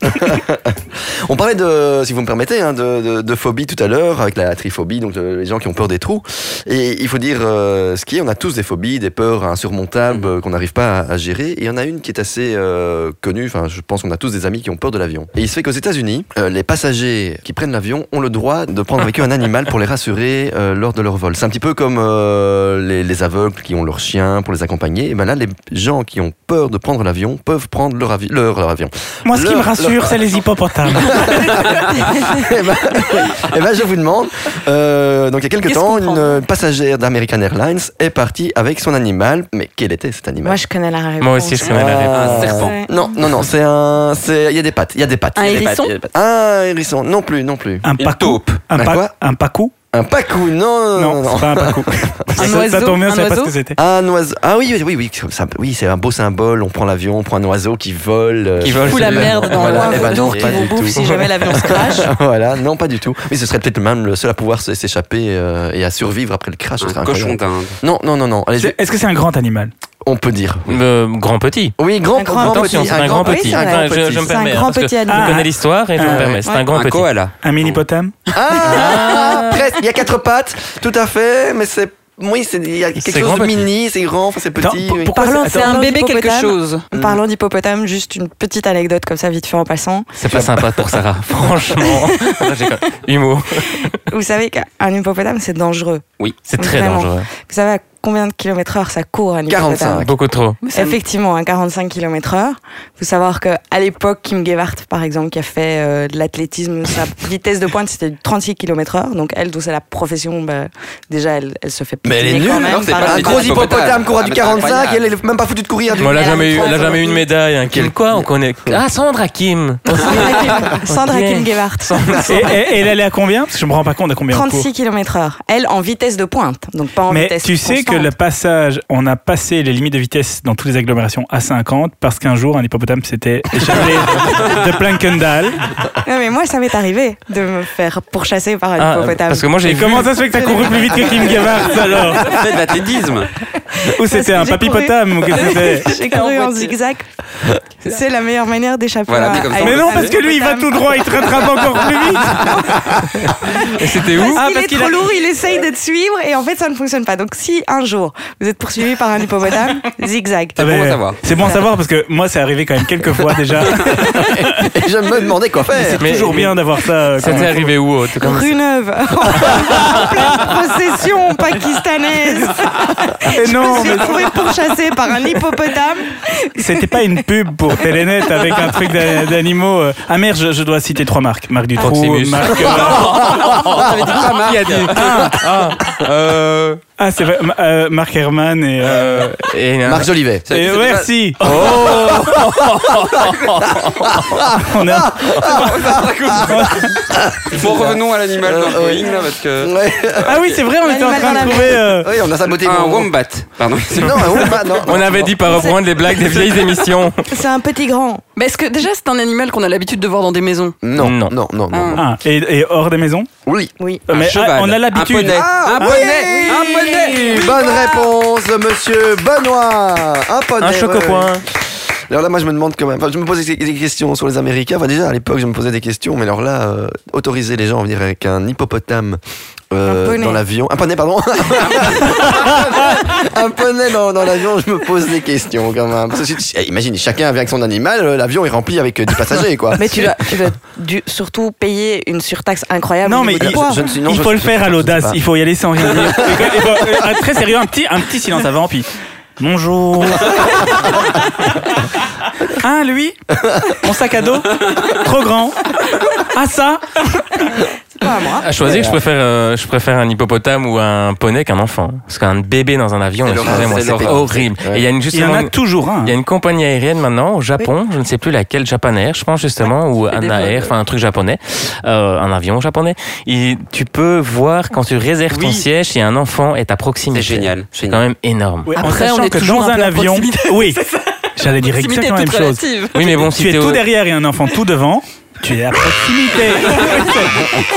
Speaker 4: On parlait de, si vous me permettez, hein, de, de- de phobie tout à l'heure, avec la triphobie, donc euh, les gens qui ont peur des trous. Et il faut dire euh, ce qui est, on a tous des phobies, des peurs insurmontables euh, qu'on n'arrive pas à, à gérer. Et il y en a une qui est assez euh, connue, enfin je pense qu'on a tous des amis qui ont peur de l'avion. Et il se fait qu'aux États-Unis, euh, les passagers qui prennent l'avion ont le droit de prendre avec eux un animal pour les rassurer euh, lors de leur vol. C'est un petit peu comme euh, les, les aveugles qui ont leur chien pour les accompagner. Et ben là, les gens qui ont peur de prendre l'avion peuvent prendre leur, avi- leur- leur avion.
Speaker 1: Moi, ce qui
Speaker 4: Le-
Speaker 1: me rassure, c'est les hippopotames.
Speaker 4: Eh ben, eh ben, je vous demande. euh, donc, il y a quelques
Speaker 5: Qu'est-ce
Speaker 4: temps,
Speaker 5: qu'on
Speaker 4: une
Speaker 5: prend
Speaker 4: euh, passagère d'American Airlines est partie avec son animal. Mais quel était cet animal
Speaker 6: Moi, je connais la réponse.
Speaker 2: Moi aussi, je connais la réponse.
Speaker 4: Ah.
Speaker 3: Un serpent.
Speaker 6: Ouais.
Speaker 4: Non, non, non, c'est un. c'est- Il y a des pattes, il y a des pattes.
Speaker 5: Un
Speaker 4: il y a des
Speaker 5: hérisson
Speaker 4: pattes, il y a des pattes. Un hérisson, non plus, non plus.
Speaker 1: Un
Speaker 3: Une
Speaker 1: pacou.
Speaker 3: taupe.
Speaker 1: Un,
Speaker 4: Un
Speaker 1: pa-
Speaker 4: quoi
Speaker 1: un pacou
Speaker 4: Un pacou, non, non, non,
Speaker 1: Non,
Speaker 4: non.
Speaker 1: c'est pas un pacou. ça, ça
Speaker 5: oiseau,
Speaker 1: tombe bien,
Speaker 5: un
Speaker 1: je savais pas ce
Speaker 5: oiseau.
Speaker 1: que c'était.
Speaker 4: Un oiseau. Ah oui, oui, oui, oui, ça- oui, c'est un beau symbole. On prend l'avion, on prend un oiseau qui vole. euh,
Speaker 2: Qui vole.
Speaker 5: Fous la
Speaker 2: celui-là.
Speaker 5: merde dans
Speaker 4: Voilà,
Speaker 5: le
Speaker 4: eh
Speaker 5: vin
Speaker 4: ben non,
Speaker 5: d'or qui
Speaker 4: pas
Speaker 5: vous
Speaker 4: du
Speaker 5: bouffe
Speaker 4: tout.
Speaker 5: si jamais l'avion se crache.
Speaker 4: voilà, non, pas du tout. Mais ce serait peut-être même le seul à pouvoir s- s'échapper euh, et à survivre après le crash. ce serait
Speaker 3: Un
Speaker 4: incroyable.
Speaker 3: cochon d'Inde.
Speaker 4: Non, non, non, non. Allez,
Speaker 1: C'est- Est-ce que c'est un grand animal
Speaker 4: on peut dire.
Speaker 2: Euh, grand petit.
Speaker 4: Oui, grand,
Speaker 6: Un grand
Speaker 4: grand
Speaker 2: Attention,
Speaker 4: petit.
Speaker 2: c'est un grand
Speaker 6: petit.
Speaker 2: petit.
Speaker 6: Oui, c'est
Speaker 2: Enfin, Ah,
Speaker 4: vrai.
Speaker 2: je, je me
Speaker 6: C'est un
Speaker 2: permets. hein,
Speaker 6: grand
Speaker 2: parce que
Speaker 6: petit
Speaker 2: Je
Speaker 1: Ah.
Speaker 6: animal.
Speaker 2: connais l'histoire et je
Speaker 1: Ah,
Speaker 2: me permets. C'est un grand
Speaker 3: Un
Speaker 2: petit.
Speaker 3: koala.
Speaker 1: Un
Speaker 4: Oh.
Speaker 1: mini-potame
Speaker 4: Ah, presque. Il y a quatre pattes, tout à fait, mais c'est. Oui, c'est- il y a
Speaker 2: C'est
Speaker 4: quelque chose
Speaker 2: grand
Speaker 4: de
Speaker 2: petit.
Speaker 4: mini, c'est grand, enfin, c'est
Speaker 1: Attends,
Speaker 4: petit.
Speaker 1: pour-
Speaker 4: oui.
Speaker 1: pourquoi
Speaker 6: Parlons,
Speaker 5: C'est un bébé quelque chose.
Speaker 6: Mm. Parlons d'hippopotame, juste une petite anecdote comme ça, vite fait en passant.
Speaker 2: C'est pas sympa pour Sarah, franchement. J'ai quand- Humour.
Speaker 6: Vous savez qu'un hippopotame, c'est dangereux.
Speaker 2: C'est très
Speaker 6: Vraiment.
Speaker 2: dangereux.
Speaker 6: Vous savez à combien de kilomètres heure ça court un hippopotame
Speaker 4: 45.
Speaker 2: Beaucoup trop.
Speaker 6: Effectivement, un 45 km heure. Faut savoir que à l'époque, Kim Gewart, par exemple, qui a fait euh, de l'athlétisme, sa vitesse de pointe, c'était 36 km heure. Donc elle, d'où c'est la profession, bah, déjà, elle, elle se fait
Speaker 4: Mais elle est
Speaker 6: piétiner
Speaker 4: nulle,
Speaker 6: quand même
Speaker 4: alors c'est
Speaker 6: par
Speaker 3: pas
Speaker 6: le-
Speaker 4: un
Speaker 3: un
Speaker 4: gros
Speaker 3: petit
Speaker 4: hippopotame
Speaker 3: hippopotame.
Speaker 4: courant du
Speaker 3: Ah, mais
Speaker 4: 45
Speaker 3: incroyable.
Speaker 4: elle est même pas foutue de courir du
Speaker 2: Bon, elle a
Speaker 6: Elle a
Speaker 2: jamais eu,
Speaker 6: trente
Speaker 2: elle a jamais eu une
Speaker 6: aujourd'hui.
Speaker 2: médaille. Hein. Kim,
Speaker 4: Quel-
Speaker 2: quoi On connaît. Ah, Sandra Kim.
Speaker 6: Sandra Kim- Sandra
Speaker 2: Ok.
Speaker 6: Kim Gewart.
Speaker 1: et, et- et elle allait à combien Parce que je me rends pas compte à combien on court.
Speaker 6: 36 km heure. Elle, en vitesse de pointe. Donc pas en
Speaker 1: Mais
Speaker 6: vitesse
Speaker 1: tu sais que
Speaker 6: constante.
Speaker 1: le passage, on a passé les limites de vitesse dans toutes les agglomérations à 50 parce qu'un jour un hippopotame s'était échappé de Plankendal.
Speaker 6: Non, mais moi, ça m'est arrivé de me faire pourchasser par un
Speaker 2: Ah,
Speaker 6: hippopotame.
Speaker 2: parce que moi j'ai
Speaker 1: Et
Speaker 2: vu.
Speaker 1: comment ça se fait que t'as couru plus vite que Kim Gavard alors
Speaker 3: Faites de l'athlétisme.
Speaker 1: Ou c'était un
Speaker 6: que j'ai
Speaker 1: papipotame ou qu'est-ce que c'était
Speaker 6: J'ai couru en zigzag. C'est la meilleure manière d'échapper
Speaker 3: Voilà,
Speaker 6: à-
Speaker 3: mais comme ça,
Speaker 6: à
Speaker 3: on
Speaker 1: Mais
Speaker 6: une-
Speaker 1: non, parce que lui, il va tout droit, il te rattrape encore plus vite.
Speaker 2: Et c'était où
Speaker 1: Ah,
Speaker 6: Parce qu'il
Speaker 1: parce
Speaker 6: est
Speaker 1: qu'il
Speaker 6: trop
Speaker 1: a-
Speaker 6: lourd, il essaye de te suivre et en fait ça ne fonctionne pas. Donc si un jour vous êtes poursuivi par un hippopotame, zigzag.
Speaker 3: C'est bon
Speaker 1: Ouais,
Speaker 3: à savoir.
Speaker 1: C'est bon à savoir parce que moi, c'est arrivé quand même quelques fois déjà.
Speaker 4: Et je me demandais quoi faire.
Speaker 2: Mais-
Speaker 1: Toujours bien d'avoir ça. euh, quand
Speaker 2: C'était
Speaker 1: même.
Speaker 2: arrivé où oh, tout comme-
Speaker 6: Rue Neuve, en pleine procession pakistanaise.
Speaker 1: Et Ah ben non, mais
Speaker 6: Je me suis trouvé pourchassé par un hippopotame.
Speaker 1: c'était pas une pub pour Telenet avec un truc d'a- d'animaux. euh. Ah merde, je, je dois citer trois marques. Marc Dutroux,
Speaker 2: Proximus.
Speaker 1: Marc... euh,
Speaker 2: Qui a dit Oh, Ah, ah, euh,
Speaker 1: Ah, c'est vrai, ma- euh, Marc Herman et... euh,
Speaker 2: euh, et, euh,
Speaker 4: Marc Jolivet.
Speaker 3: C'est-
Speaker 1: et
Speaker 3: c'est
Speaker 1: merci
Speaker 3: Oh.
Speaker 1: On a-
Speaker 3: Bon, revenons à l'animal dans le Boeing, là, parce que.
Speaker 4: Ouais.
Speaker 1: Ah oui, c'est vrai, on était en train
Speaker 6: L'animal dans
Speaker 1: de
Speaker 6: la
Speaker 1: trouver... euh,
Speaker 4: Oui, on a saboté.
Speaker 3: Un
Speaker 4: mon-
Speaker 3: wombat. Pardon.
Speaker 4: Non, un wombat, non.
Speaker 2: On avait dit pas reprendre les blagues des vieilles émissions.
Speaker 6: C'est un petit grand.
Speaker 5: Mais est-ce que déjà c'est un animal qu'on a l'habitude de voir dans des maisons
Speaker 4: Non, non,
Speaker 2: Non.
Speaker 4: non, non. non.
Speaker 1: ah, et, et hors des maisons
Speaker 4: Oui.
Speaker 6: Oui.
Speaker 1: Euh, Mais
Speaker 3: Un
Speaker 1: ah,
Speaker 3: cheval,
Speaker 1: on a
Speaker 3: Un
Speaker 1: l'habitude.
Speaker 3: poney.
Speaker 4: Ah,
Speaker 3: un
Speaker 4: oui.
Speaker 3: poney. Un poney.
Speaker 4: Bonne réponse, de monsieur Benoît. Un poney.
Speaker 2: Un
Speaker 4: ouais, ouais.
Speaker 2: chocopoint.
Speaker 4: Alors là, moi, je me demande quand même. Enfin, je me pose des des questions sur les Américains. Enfin, déjà, à l'époque, je me posais des questions. Mais alors là, euh, autoriser les gens à venir avec un hippopotame euh,
Speaker 6: Un poney.
Speaker 4: dans l'avion. Un poney, pardon. un poney dans, dans l'avion, je me pose des questions quand même. Parce que si- eh, imagine, chacun vient avec son animal. euh, L'avion est rempli avec euh, des passagers, quoi.
Speaker 6: Mais tu dois, tu dois du- surtout payer une surtaxe incroyable.
Speaker 1: Non,
Speaker 6: au
Speaker 1: mais
Speaker 6: niveau
Speaker 1: il-
Speaker 6: du poids.
Speaker 4: je- sinon,
Speaker 1: il faut le
Speaker 4: je-
Speaker 1: faire à
Speaker 4: je sais
Speaker 1: l'audace.
Speaker 4: pas.
Speaker 1: Il faut y aller sans rien dire. Et bon, euh, un- très sérieux, un petit, un petit silence avant, puis bonjour. Hein, lui Mon sac à dos Trop grand. Ah, ça
Speaker 6: Pas à moi.
Speaker 2: À choisir, je préfère, euh, je préfère un hippopotame ou un poney qu'un enfant. hein. Parce qu'un bébé dans un avion,
Speaker 4: C'est l'horreur,
Speaker 2: excusez-moi,
Speaker 4: c'est
Speaker 2: c'est
Speaker 4: l'horreur.
Speaker 2: horrible.
Speaker 4: Ouais.
Speaker 2: Et il y a une,
Speaker 1: Il y
Speaker 2: justement,
Speaker 1: en a
Speaker 2: une-
Speaker 1: toujours un.
Speaker 2: il y a une compagnie aérienne maintenant au Japon, je ne sais plus laquelle, Japan Air, je pense justement, ou
Speaker 5: fait des
Speaker 2: Anna
Speaker 5: vols,
Speaker 2: Air, enfin un truc japonais, euh, un avion japonais. Et tu peux voir quand tu réserves ton
Speaker 3: Oui.
Speaker 2: siège si un enfant est à proximité.
Speaker 3: C'est génial,
Speaker 2: C'est
Speaker 3: génial.
Speaker 2: quand même énorme.
Speaker 1: Ouais, en
Speaker 5: Après, on
Speaker 1: sachant
Speaker 5: est
Speaker 1: que
Speaker 5: toujours
Speaker 1: dans
Speaker 5: un
Speaker 1: un
Speaker 5: peu en
Speaker 1: avion.
Speaker 5: proximité.
Speaker 1: Oui, j'allais dire
Speaker 5: Proximité
Speaker 1: exactement la même
Speaker 5: toute
Speaker 1: chose.
Speaker 5: relative.
Speaker 2: Oui, mais bon, si
Speaker 1: tu
Speaker 2: t'es
Speaker 1: es
Speaker 2: au-
Speaker 1: tout derrière et un enfant tout devant, tu es à proximité.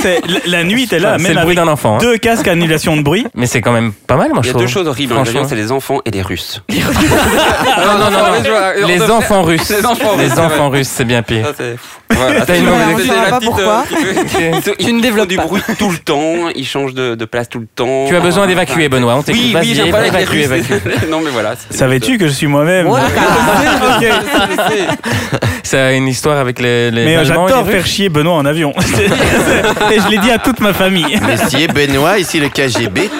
Speaker 1: C'est- la- la nuit, t'es là,
Speaker 2: c'est
Speaker 1: même
Speaker 2: le
Speaker 1: avec
Speaker 2: bruit d'un enfant. hein.
Speaker 1: deux casques à annulation de bruit.
Speaker 2: Mais c'est quand même pas mal, moi,
Speaker 3: Il y
Speaker 2: je
Speaker 3: a
Speaker 2: trouve.
Speaker 3: deux choses horribles hein, dans l'avion,
Speaker 2: Franchement. Ah,
Speaker 3: c'est les enfants et les Russes. Ah,
Speaker 2: Non, non, non, non. Les enfants russes.
Speaker 3: Les enfants russes,
Speaker 2: Les
Speaker 3: c'est
Speaker 2: enfants russes, c'est bien pire.
Speaker 3: Ça, Ah, c'est- Voilà,
Speaker 2: T'as une
Speaker 3: c'est-
Speaker 2: mauvaise
Speaker 3: c'est
Speaker 2: idée.
Speaker 3: la
Speaker 6: On saura pas
Speaker 3: petite,
Speaker 6: pourquoi.
Speaker 3: euh, Ils-
Speaker 5: Tu
Speaker 3: Ils
Speaker 5: ne
Speaker 3: font
Speaker 5: développes
Speaker 3: du
Speaker 5: pas.
Speaker 3: bruit tout le temps, ils changent de, de place tout le temps.
Speaker 2: Tu as besoin d'évacuer, Benoît. On t'écoute.
Speaker 3: Oui,
Speaker 2: Vas-y,
Speaker 3: oui, j'ai un problème avec
Speaker 2: évacue,
Speaker 3: les
Speaker 2: évacue.
Speaker 3: Russes. Non, mais voilà. c'est-
Speaker 1: Savais-tu que je suis moi-même
Speaker 2: Ça a une histoire avec les, les
Speaker 1: Mais euh,
Speaker 2: Allemands et les
Speaker 1: j'adore
Speaker 2: Russes.
Speaker 1: faire chier Benoît en avion. C'est- c'est- et je l'ai dit à toute ma famille.
Speaker 4: Messieurs, Benoît, ici le KGB.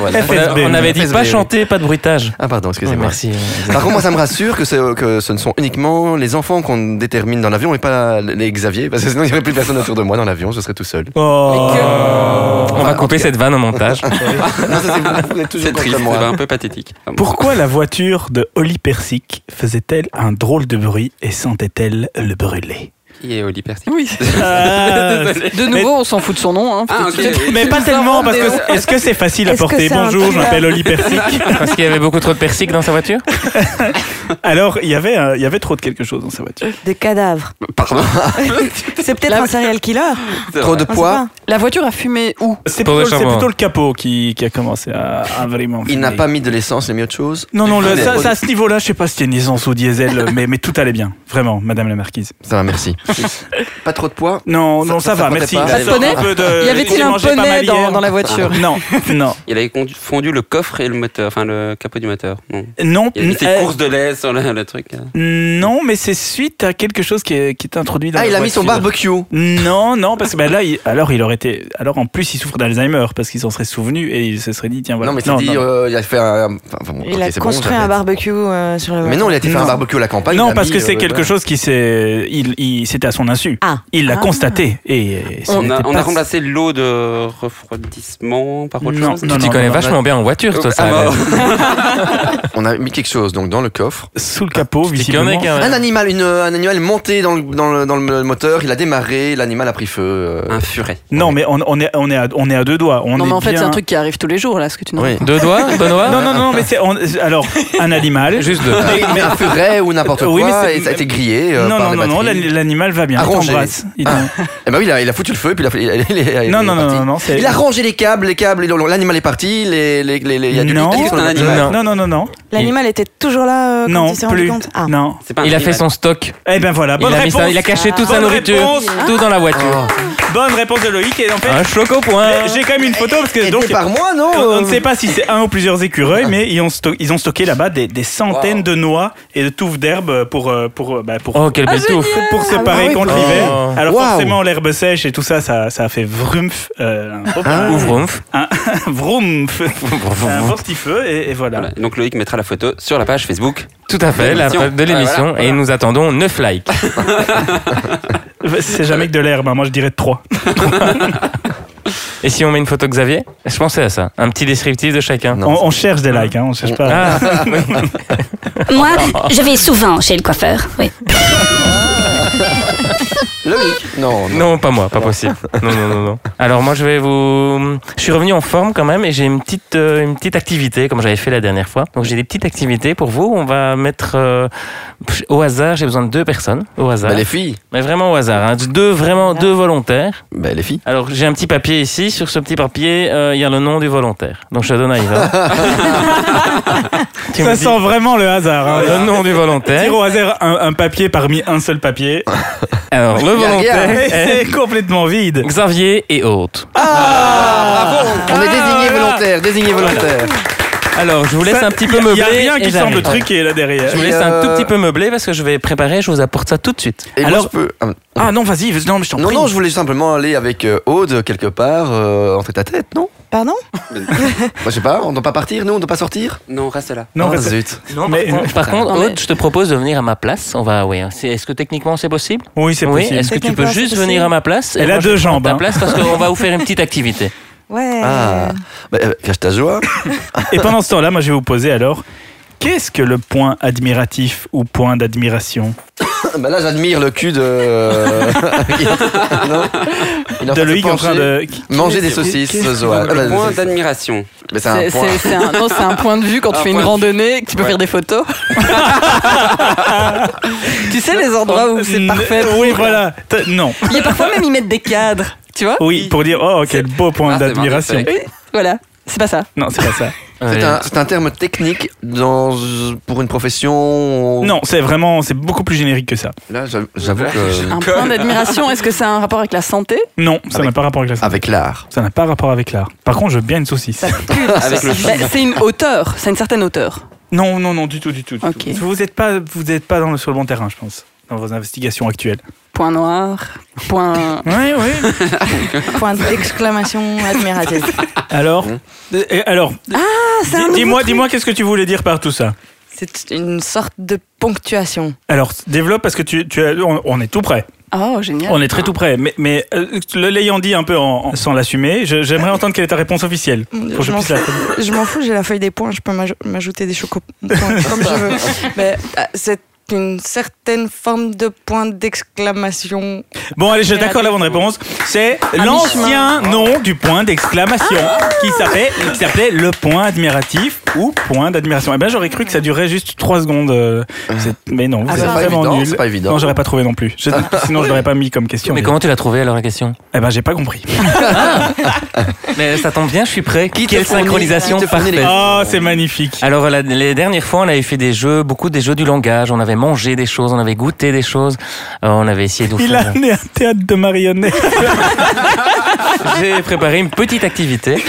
Speaker 4: Voilà.
Speaker 2: On, a-
Speaker 1: FSB,
Speaker 2: on avait dit
Speaker 4: FSB,
Speaker 2: pas
Speaker 4: oui.
Speaker 2: chanter, pas de bruitage. Oh,
Speaker 4: Ah pardon, excusez-moi.
Speaker 2: merci.
Speaker 4: Par contre, moi, ça me rassure que, c'est- que ce ne sont uniquement les enfants qu'on détermine dans l'avion et pas les Xavier, parce que sinon il n'y aurait plus personne autour de moi dans l'avion, je serais tout seul.
Speaker 1: Oh.
Speaker 2: On va couper cette vanne au montage.
Speaker 4: non, ça, c'est vous, vous êtes toujours
Speaker 3: C'est
Speaker 4: contre
Speaker 3: triste, c'est
Speaker 4: moi.
Speaker 3: un peu pathétique. Enfin, bon.
Speaker 1: Pourquoi la voiture de Holly Persic faisait-elle un drôle de bruit et sentait-elle le brûler
Speaker 3: Qui est Oli Percy
Speaker 5: Oui.
Speaker 1: Ah, c'est-
Speaker 5: De nouveau, on s'en fout de son nom. hein.
Speaker 3: Ah, ok.
Speaker 1: Mais pas
Speaker 5: nous
Speaker 1: tellement,
Speaker 5: inventes
Speaker 1: parce
Speaker 5: des
Speaker 1: que est-ce que c'est facile à
Speaker 6: Est-ce que
Speaker 1: porter
Speaker 6: c'est un
Speaker 1: Bonjour, je
Speaker 6: thriller
Speaker 1: m'appelle Oli Persic.
Speaker 2: Parce qu'il y avait beaucoup trop de persiques dans sa voiture.
Speaker 1: Alors, il y avait, euh, il y avait trop de quelque chose dans sa voiture.
Speaker 6: Des cadavres.
Speaker 3: Pardon.
Speaker 6: C'est peut-être
Speaker 5: La-
Speaker 6: un serial killer.
Speaker 4: Trop de
Speaker 6: On sait
Speaker 4: poids.
Speaker 6: pas.
Speaker 5: La voiture a fumé où
Speaker 1: C'est
Speaker 2: Pour
Speaker 1: plutôt,
Speaker 2: le
Speaker 1: c'est
Speaker 2: charmant.
Speaker 1: plutôt le capot qui, qui a commencé à, à vraiment.
Speaker 4: Il n'a
Speaker 1: filer.
Speaker 4: pas mis de l'essence, il a mis autre chose.
Speaker 1: Non, non, le-
Speaker 4: Il
Speaker 1: ça,
Speaker 4: a-
Speaker 1: ça, à ce niveau-là, je sais pas si c'était une essence ou diesel, mais, mais tout allait bien. Vraiment, madame la marquise.
Speaker 4: Ça va, merci. pas trop de poids.
Speaker 1: Non, non, ça,
Speaker 4: ça
Speaker 1: va,
Speaker 4: comptait
Speaker 1: merci.
Speaker 4: pas.
Speaker 5: Pas de poney
Speaker 1: Un peu de-
Speaker 5: Y avait-il
Speaker 1: Euh, j'ai
Speaker 5: un
Speaker 1: mangé pas Ah, mal
Speaker 5: poney dans,
Speaker 1: hier.
Speaker 5: dans la voiture
Speaker 1: Non, non,
Speaker 3: Il avait condu- fondu le coffre et le moteur, enfin le capot du moteur. Non.
Speaker 1: non,
Speaker 3: Il y avait ses
Speaker 1: euh,
Speaker 3: courses de lait sur le, le truc.
Speaker 1: non, mais c'est suite à quelque chose qui est, qui est introduit dans
Speaker 4: Ah,
Speaker 1: la
Speaker 4: il a mis son
Speaker 1: voiture.
Speaker 4: barbecue.
Speaker 1: Non, non, parce que ben là, il- alors il aurait été, alors en plus il souffre d'Alzheimer parce qu'il s'en serait souvenu et il se serait dit tiens voilà.
Speaker 4: Non, mais c'est dit, euh, il a fait un. enfin, enfin, bon,
Speaker 6: Il
Speaker 4: ok,
Speaker 6: a
Speaker 4: c'est bon,
Speaker 6: construit
Speaker 4: j'arrête.
Speaker 6: un barbecue euh, sur le.
Speaker 4: Mais non, il a été fait un
Speaker 1: Non.
Speaker 4: barbecue à la campagne. il
Speaker 1: Non,
Speaker 4: a
Speaker 1: parce
Speaker 4: mis,
Speaker 1: que c'est
Speaker 4: euh,
Speaker 1: quelque
Speaker 4: voilà.
Speaker 1: chose qui s'est, il, il- c'était à son insu.
Speaker 6: Ah.
Speaker 1: Il l'a
Speaker 5: Ah.
Speaker 1: constaté et. ce
Speaker 3: On a,
Speaker 1: n'était
Speaker 3: on a
Speaker 1: pas-
Speaker 3: remplacé l'eau de refroidissement par autre
Speaker 1: Non,
Speaker 3: chose.
Speaker 1: non,
Speaker 2: tu t'y
Speaker 1: non,
Speaker 2: connais
Speaker 1: non, bah,
Speaker 2: vachement bien en voiture, toi, ça.
Speaker 3: Ah,
Speaker 2: a l'air.
Speaker 3: bon.
Speaker 4: On a mis quelque chose donc dans le coffre.
Speaker 1: Sous le capot,
Speaker 2: Ah, Tu connais
Speaker 1: visiblement. Ah,
Speaker 2: quand
Speaker 4: Un
Speaker 2: même.
Speaker 4: animal, une, un animal monté dans le, dans le, dans le moteur, il a démarré, l'animal a pris feu. euh.
Speaker 3: Un furet.
Speaker 1: Non, mais on, on est, on est, à, on est à deux doigts. On
Speaker 5: Non,
Speaker 1: est
Speaker 5: mais en fait,
Speaker 1: bien-
Speaker 5: c'est un truc qui arrive tous les jours, là, ce que tu nous
Speaker 4: Oui.
Speaker 5: racontes.
Speaker 2: Deux doigts, Benoît
Speaker 1: Non, non, non, mais c'est on- alors un animal.
Speaker 2: Juste deux.
Speaker 4: Mais,
Speaker 3: Ah,
Speaker 4: mais un furet ou n'importe quoi,
Speaker 1: Oui, mais c'est-
Speaker 4: et ça a été grillé. euh,
Speaker 1: non,
Speaker 4: par
Speaker 1: non,
Speaker 4: les
Speaker 1: non, non,
Speaker 4: batteries.
Speaker 1: l'ani- l'animal va
Speaker 3: Ah,
Speaker 1: bien. Il
Speaker 4: Arrangé.
Speaker 1: t'embrasse. Il-
Speaker 4: Eh ben oui, il a, il a foutu le feu, puis il a, fait- il a- il est- il est
Speaker 1: Non, non, non,
Speaker 4: parti.
Speaker 1: non, non, c'est-
Speaker 4: Il a rangé les câbles, les câbles, il- l'animal est parti, les, les, les, les- il y a du
Speaker 1: Non.
Speaker 4: liquide sur le
Speaker 3: Un
Speaker 4: moteur.
Speaker 3: animal.
Speaker 1: Non, non, non, non,
Speaker 6: L'animal était toujours là euh, quand
Speaker 1: non,
Speaker 6: il s'est rendu
Speaker 1: plus,
Speaker 6: compte. Ah.
Speaker 1: non.
Speaker 3: C'est pas un
Speaker 2: Il a
Speaker 3: animal.
Speaker 2: fait son stock.
Speaker 1: Eh ben voilà, bonne
Speaker 2: il, a mis
Speaker 1: réponse.
Speaker 2: ça- il a caché toute sa
Speaker 1: Bonne
Speaker 2: nourriture,
Speaker 1: réponse.
Speaker 2: tout dans la voiture.
Speaker 1: Bonne réponse de Loïc et en fait,
Speaker 2: Un choco point.
Speaker 1: j'ai quand même une photo parce que
Speaker 4: Aidé
Speaker 1: donc
Speaker 4: par moi, non
Speaker 1: on, on ne
Speaker 4: euh,
Speaker 1: sait pas si c'est un ou plusieurs écureuils, mais ils ont, sto- ils ont stocké là-bas des, des centaines
Speaker 3: Wow.
Speaker 1: de noix et de touffe d'herbe pour euh, pour euh, bah, pour
Speaker 2: Oh, quelle belle touffe.
Speaker 1: pour se
Speaker 6: Ah
Speaker 1: parer
Speaker 6: oui,
Speaker 1: contre
Speaker 2: pour-
Speaker 1: l'hiver. Alors
Speaker 4: Wow.
Speaker 1: forcément l'herbe sèche et tout ça, ça, ça a fait vroomf, euh, un,
Speaker 2: Ou vroomf.
Speaker 1: vroomf, un beau petit feu et, et voilà.
Speaker 3: Voilà. Donc Loïc mettra la photo sur la page Facebook.
Speaker 2: Tout à fait,
Speaker 3: De
Speaker 2: la
Speaker 3: l'émission.
Speaker 2: preuve de l'émission.
Speaker 3: Ah, voilà,
Speaker 2: Et
Speaker 3: voilà.
Speaker 2: nous attendons 9 likes.
Speaker 1: C'est jamais que de l'herbe, hein, moi je dirais de trois.
Speaker 2: Et si on met une photo Xavier Je pensais à ça. Un petit descriptif de chacun.
Speaker 1: On, on cherche des likes, hein, on cherche pas.
Speaker 2: Ah,
Speaker 7: Moi, je vais souvent chez le coiffeur. Oui.
Speaker 4: Loïc Non, non.
Speaker 2: non, pas moi, pas possible. Non, non, non, non. Alors moi, je vais vous. Je suis revenu en forme quand même et j'ai une petite, euh, une petite activité comme j'avais fait la dernière fois. Donc j'ai des petites activités pour vous. On va mettre euh, pff, au hasard. J'ai besoin de deux personnes au hasard.
Speaker 4: Bah, les filles.
Speaker 2: Mais vraiment au hasard. hein. Deux vraiment deux volontaires.
Speaker 4: Bah, les filles.
Speaker 2: Alors j'ai un petit papier ici. Sur ce petit papier, euh, il y a le nom du volontaire. Donc je le donne à Ivan. tu qui me
Speaker 1: Ça
Speaker 2: dit
Speaker 1: sent vraiment le hasard. hein.
Speaker 2: le nom du volontaire.
Speaker 1: Tire au hasard un, un papier parmi un seul papier.
Speaker 2: Alors, le
Speaker 4: Y a rien.
Speaker 1: Et
Speaker 2: volontaire
Speaker 1: c'est
Speaker 2: est
Speaker 1: complètement vide.
Speaker 2: Xavier et autres.
Speaker 4: On est désigné
Speaker 1: voilà.
Speaker 4: volontaire,
Speaker 1: Ah.
Speaker 4: désigné volontaire.
Speaker 2: Alors, je vous laisse
Speaker 1: Ça,
Speaker 2: un petit
Speaker 1: y
Speaker 2: peu
Speaker 1: a-
Speaker 2: meubler.
Speaker 1: Y a rien
Speaker 2: et
Speaker 1: qui
Speaker 2: j'arrive.
Speaker 1: semble truqué là derrière.
Speaker 2: Je vous
Speaker 4: Et
Speaker 2: laisse un
Speaker 4: euh,
Speaker 2: tout petit peu meubler parce que je vais préparer, je vous apporte ça tout de suite.
Speaker 4: Et moi,
Speaker 1: Alors-
Speaker 4: je peux- ah,
Speaker 1: Ah non, vas-y, vas-y, non, mais je t'en
Speaker 4: Non,
Speaker 1: prie.
Speaker 4: non, je voulais simplement aller avec euh, Aude quelque part, euh, en tête à tête, non
Speaker 6: Pardon
Speaker 4: Moi, Je sais pas, on doit pas partir, nous, on doit pas sortir
Speaker 3: Non, reste là.
Speaker 1: Non,
Speaker 4: Ah,
Speaker 1: reste-
Speaker 3: Euh.
Speaker 4: zut.
Speaker 2: Non,
Speaker 1: Mais-
Speaker 2: par, contre, par
Speaker 4: Putain.
Speaker 2: contre,
Speaker 5: Non, mais-
Speaker 2: Aude, je te propose de venir à ma place. On va, oui. hein. C'est- Est-ce que techniquement c'est possible
Speaker 1: Oui, c'est
Speaker 2: Oui.
Speaker 1: possible.
Speaker 2: Est-ce que tu peux
Speaker 6: Techniquement,
Speaker 2: juste
Speaker 6: c'est
Speaker 2: venir
Speaker 6: possible.
Speaker 2: à ma place et
Speaker 1: Elle
Speaker 2: moi,
Speaker 1: a
Speaker 2: je vais
Speaker 1: deux
Speaker 2: prendre
Speaker 1: jambes,
Speaker 2: Ta
Speaker 1: hein.
Speaker 2: place parce qu'on va vous faire une petite activité.
Speaker 6: Ouais.
Speaker 4: Ah, bah, euh, cache ta joie.
Speaker 1: Et pendant ce temps-là, moi, je vais vous poser alors. Qu'est-ce que le point admiratif ou point d'admiration
Speaker 4: bah là, j'admire le cul de. euh, non Il est
Speaker 1: de
Speaker 4: en train de
Speaker 1: Loïc
Speaker 4: se
Speaker 1: en train
Speaker 4: pencher,
Speaker 1: de
Speaker 4: Manger des
Speaker 3: Qu'est-ce-
Speaker 4: saucisses,
Speaker 3: qu'est-ce-
Speaker 4: Zoa. Ah, bah,
Speaker 3: Le point
Speaker 4: c'est-
Speaker 3: d'admiration.
Speaker 4: mais c'est
Speaker 5: C'est
Speaker 4: un point.
Speaker 5: c'est- c'est un, non, c'est un point de vue quand tu
Speaker 3: Un
Speaker 5: fais
Speaker 3: point
Speaker 5: une
Speaker 3: de vue.
Speaker 5: randonnée, que tu peux
Speaker 3: Ouais.
Speaker 5: faire des photos. tu sais les endroits où c'est
Speaker 1: N-
Speaker 5: parfait.
Speaker 1: Oui, voilà. T'as- Non.
Speaker 5: Il y a parfois même ils mettent des cadres, tu vois
Speaker 1: Oui, pour dire oh quel beau point
Speaker 3: Ah, c'est
Speaker 1: d'admiration.
Speaker 3: marrant, c'est
Speaker 5: Voilà, c'est pas ça.
Speaker 1: Non, c'est pas ça.
Speaker 4: C'est
Speaker 2: Ouais.
Speaker 4: un, c'est un terme technique dans, pour une profession.
Speaker 1: Non, c'est vraiment, c'est beaucoup plus générique que ça.
Speaker 4: Là, j'a- j'avoue
Speaker 3: Voilà.
Speaker 4: que.
Speaker 5: Un point d'admiration, est-ce que c'est un rapport avec la santé
Speaker 1: Non, ça
Speaker 4: Avec-
Speaker 1: n'a pas rapport avec la saucisse.
Speaker 4: Avec l'art.
Speaker 1: Ça n'a pas rapport avec l'art. Par contre, je veux bien une saucisse.
Speaker 3: Avec le
Speaker 5: Bah, C'est une hauteur, c'est une certaine hauteur.
Speaker 1: Non, non, non, du tout, du tout. du
Speaker 5: Ok.
Speaker 1: tout. Vous n'êtes pas, vous êtes pas dans le, sur le bon terrain, je pense, dans vos investigations actuelles.
Speaker 5: Point noir, point.
Speaker 1: Oui, oui.
Speaker 6: Point d'exclamation admirative.
Speaker 1: Alors,
Speaker 4: Hmm.
Speaker 1: euh, et alors,
Speaker 6: Ah, c'est un
Speaker 1: di-
Speaker 6: nouveau
Speaker 1: dis-moi,
Speaker 6: truc.
Speaker 1: dis-moi, qu'est-ce que tu voulais dire par tout ça
Speaker 6: C'est une sorte de ponctuation.
Speaker 1: Alors, développe parce que tu, tu as- on, on est tout prêt.
Speaker 5: Oh, génial.
Speaker 1: On est très tout prêt. Mais, mais euh, le l'ayant dit un peu en- en- sans l'assumer, je- j'aimerais entendre quelle est ta réponse officielle.
Speaker 6: Mon Dieu,
Speaker 1: Pour que je
Speaker 6: je m'en
Speaker 1: puisse la-
Speaker 6: Je m'en fous, j'ai la feuille des points, je peux m'aj- m'ajouter des chocos comme je veux. Mais euh, c'est une certaine forme de point d'exclamation.
Speaker 1: Bon, allez, je t'accorde la bonne réponse. C'est l'ancien nom du point d'exclamation qui
Speaker 4: Ah.
Speaker 1: s'appelait, qui s'appelait le point admiratif ou point d'admiration. Eh ben, j'aurais cru que ça durait juste trois secondes. euh, c'est- Mais non, vous
Speaker 4: Ah,
Speaker 1: êtes
Speaker 4: c'est pas
Speaker 1: vraiment
Speaker 4: évident,
Speaker 1: nul.
Speaker 4: c'est pas évident. Ah.
Speaker 1: Non, j'aurais pas trouvé non plus. Je- Sinon, je l'aurais pas mis comme question.
Speaker 2: Mais comment tu l'as trouvé alors la question
Speaker 1: Eh ben, j'ai pas compris.
Speaker 2: Mais ça tombe bien, je suis prêt.
Speaker 4: Qui te
Speaker 2: Quelle
Speaker 4: fournit-
Speaker 2: synchronisation
Speaker 4: qui te fournit les- Ah,
Speaker 1: Oh,
Speaker 2: parfaite.
Speaker 1: c'est magnifique.
Speaker 2: Alors la- les dernières fois, on avait fait des jeux, beaucoup des jeux du langage. On avait mangé des choses, on avait goûté des choses, euh, on avait essayé d'où
Speaker 1: Il a amené un théâtre de marionnettes.
Speaker 2: J'ai préparé une petite activité.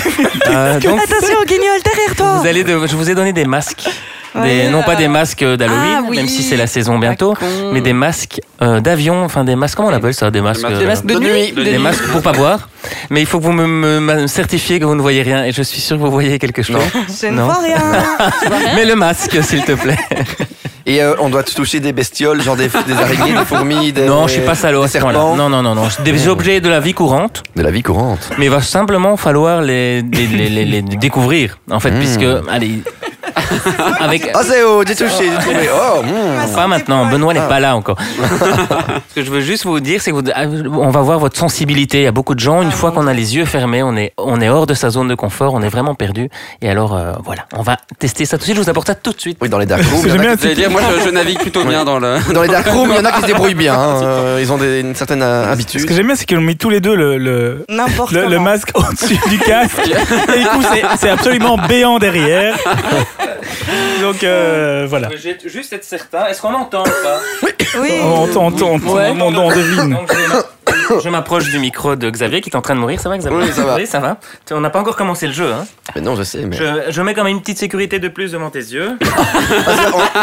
Speaker 2: Euh, donc
Speaker 6: Attention, guignol, derrière toi
Speaker 2: vous allez, de- je vous ai donné des masques,
Speaker 6: Ouais.
Speaker 2: des, non pas des masques d'Halloween,
Speaker 5: Ah oui. Ah,
Speaker 2: même si c'est la saison bientôt,
Speaker 5: Con.
Speaker 2: mais des masques euh, d'avion, enfin des masques. Comment on appelle ça Des masques.
Speaker 3: masques-
Speaker 2: euh,
Speaker 5: Des masques de,
Speaker 4: De
Speaker 5: nuit.
Speaker 4: nuit,
Speaker 3: de
Speaker 2: des
Speaker 3: nuit.
Speaker 2: masques pour pas boire, mais il faut que vous me, me- me certifiez que vous ne voyez rien et je suis sûr que vous voyez quelque chose.
Speaker 6: Je ne
Speaker 2: Non.
Speaker 6: vois rien
Speaker 2: Mais le masque, s'il te plaît.
Speaker 4: Et euh, on doit toucher des bestioles, genre des, des araignées, des fourmis, des.
Speaker 2: Non, je suis pas salaud à
Speaker 4: des
Speaker 2: ce point-là.
Speaker 4: serpents.
Speaker 2: Non, non, non, non. Des objets de la vie courante.
Speaker 4: De la vie courante.
Speaker 2: Mais il va simplement falloir les, les, les, les- les découvrir, en fait,
Speaker 4: Mmh.
Speaker 2: puisque, allez, avec...
Speaker 4: Ah, c'est Aude, j'ai touché, j'ai trouvé. Oh, hmm.
Speaker 2: Pas maintenant, Benoît n'est pas là encore. Ce que je veux juste vous dire, c'est que vous- on va voir votre sensibilité. Il y a beaucoup de gens, une fois qu'on a les yeux fermés, on est, on est hors de sa zone de confort, on est vraiment perdu. Et alors, euh, voilà, on va tester ça tout de suite. Je vous apporte ça tout de suite.
Speaker 4: Oui, dans les dark rooms. il y en a
Speaker 1: bien,
Speaker 3: Vous allez dire, moi je, je navigue plutôt bien dans le.
Speaker 4: qui- Dans les dark rooms, il y en a qui se débrouillent bien. hein. Euh, Ils ont des- une certaine euh,
Speaker 1: Ce que
Speaker 4: habitude.
Speaker 1: j'aime bien, c'est qu'ils ont mis tous les deux le, le,
Speaker 6: N'importe
Speaker 1: le- le
Speaker 6: comment.
Speaker 1: masque au-dessus du casque. Et du coup, c'est- c'est absolument béant derrière. Donc, euh, voilà.
Speaker 2: Juste être certain, est-ce qu'on entend pas
Speaker 6: Oui.
Speaker 1: On, on, on, on-
Speaker 2: Ouais.
Speaker 1: on- on devine.
Speaker 2: Je m'approche du micro de Xavier qui est en train de mourir. Ça va, Xavier
Speaker 4: Oui, ça va.
Speaker 2: ça va. On n'a pas encore commencé le jeu, hein
Speaker 4: Mais non, je sais, mais. Ah,
Speaker 2: Je, je mets quand même une petite sécurité de plus devant tes yeux.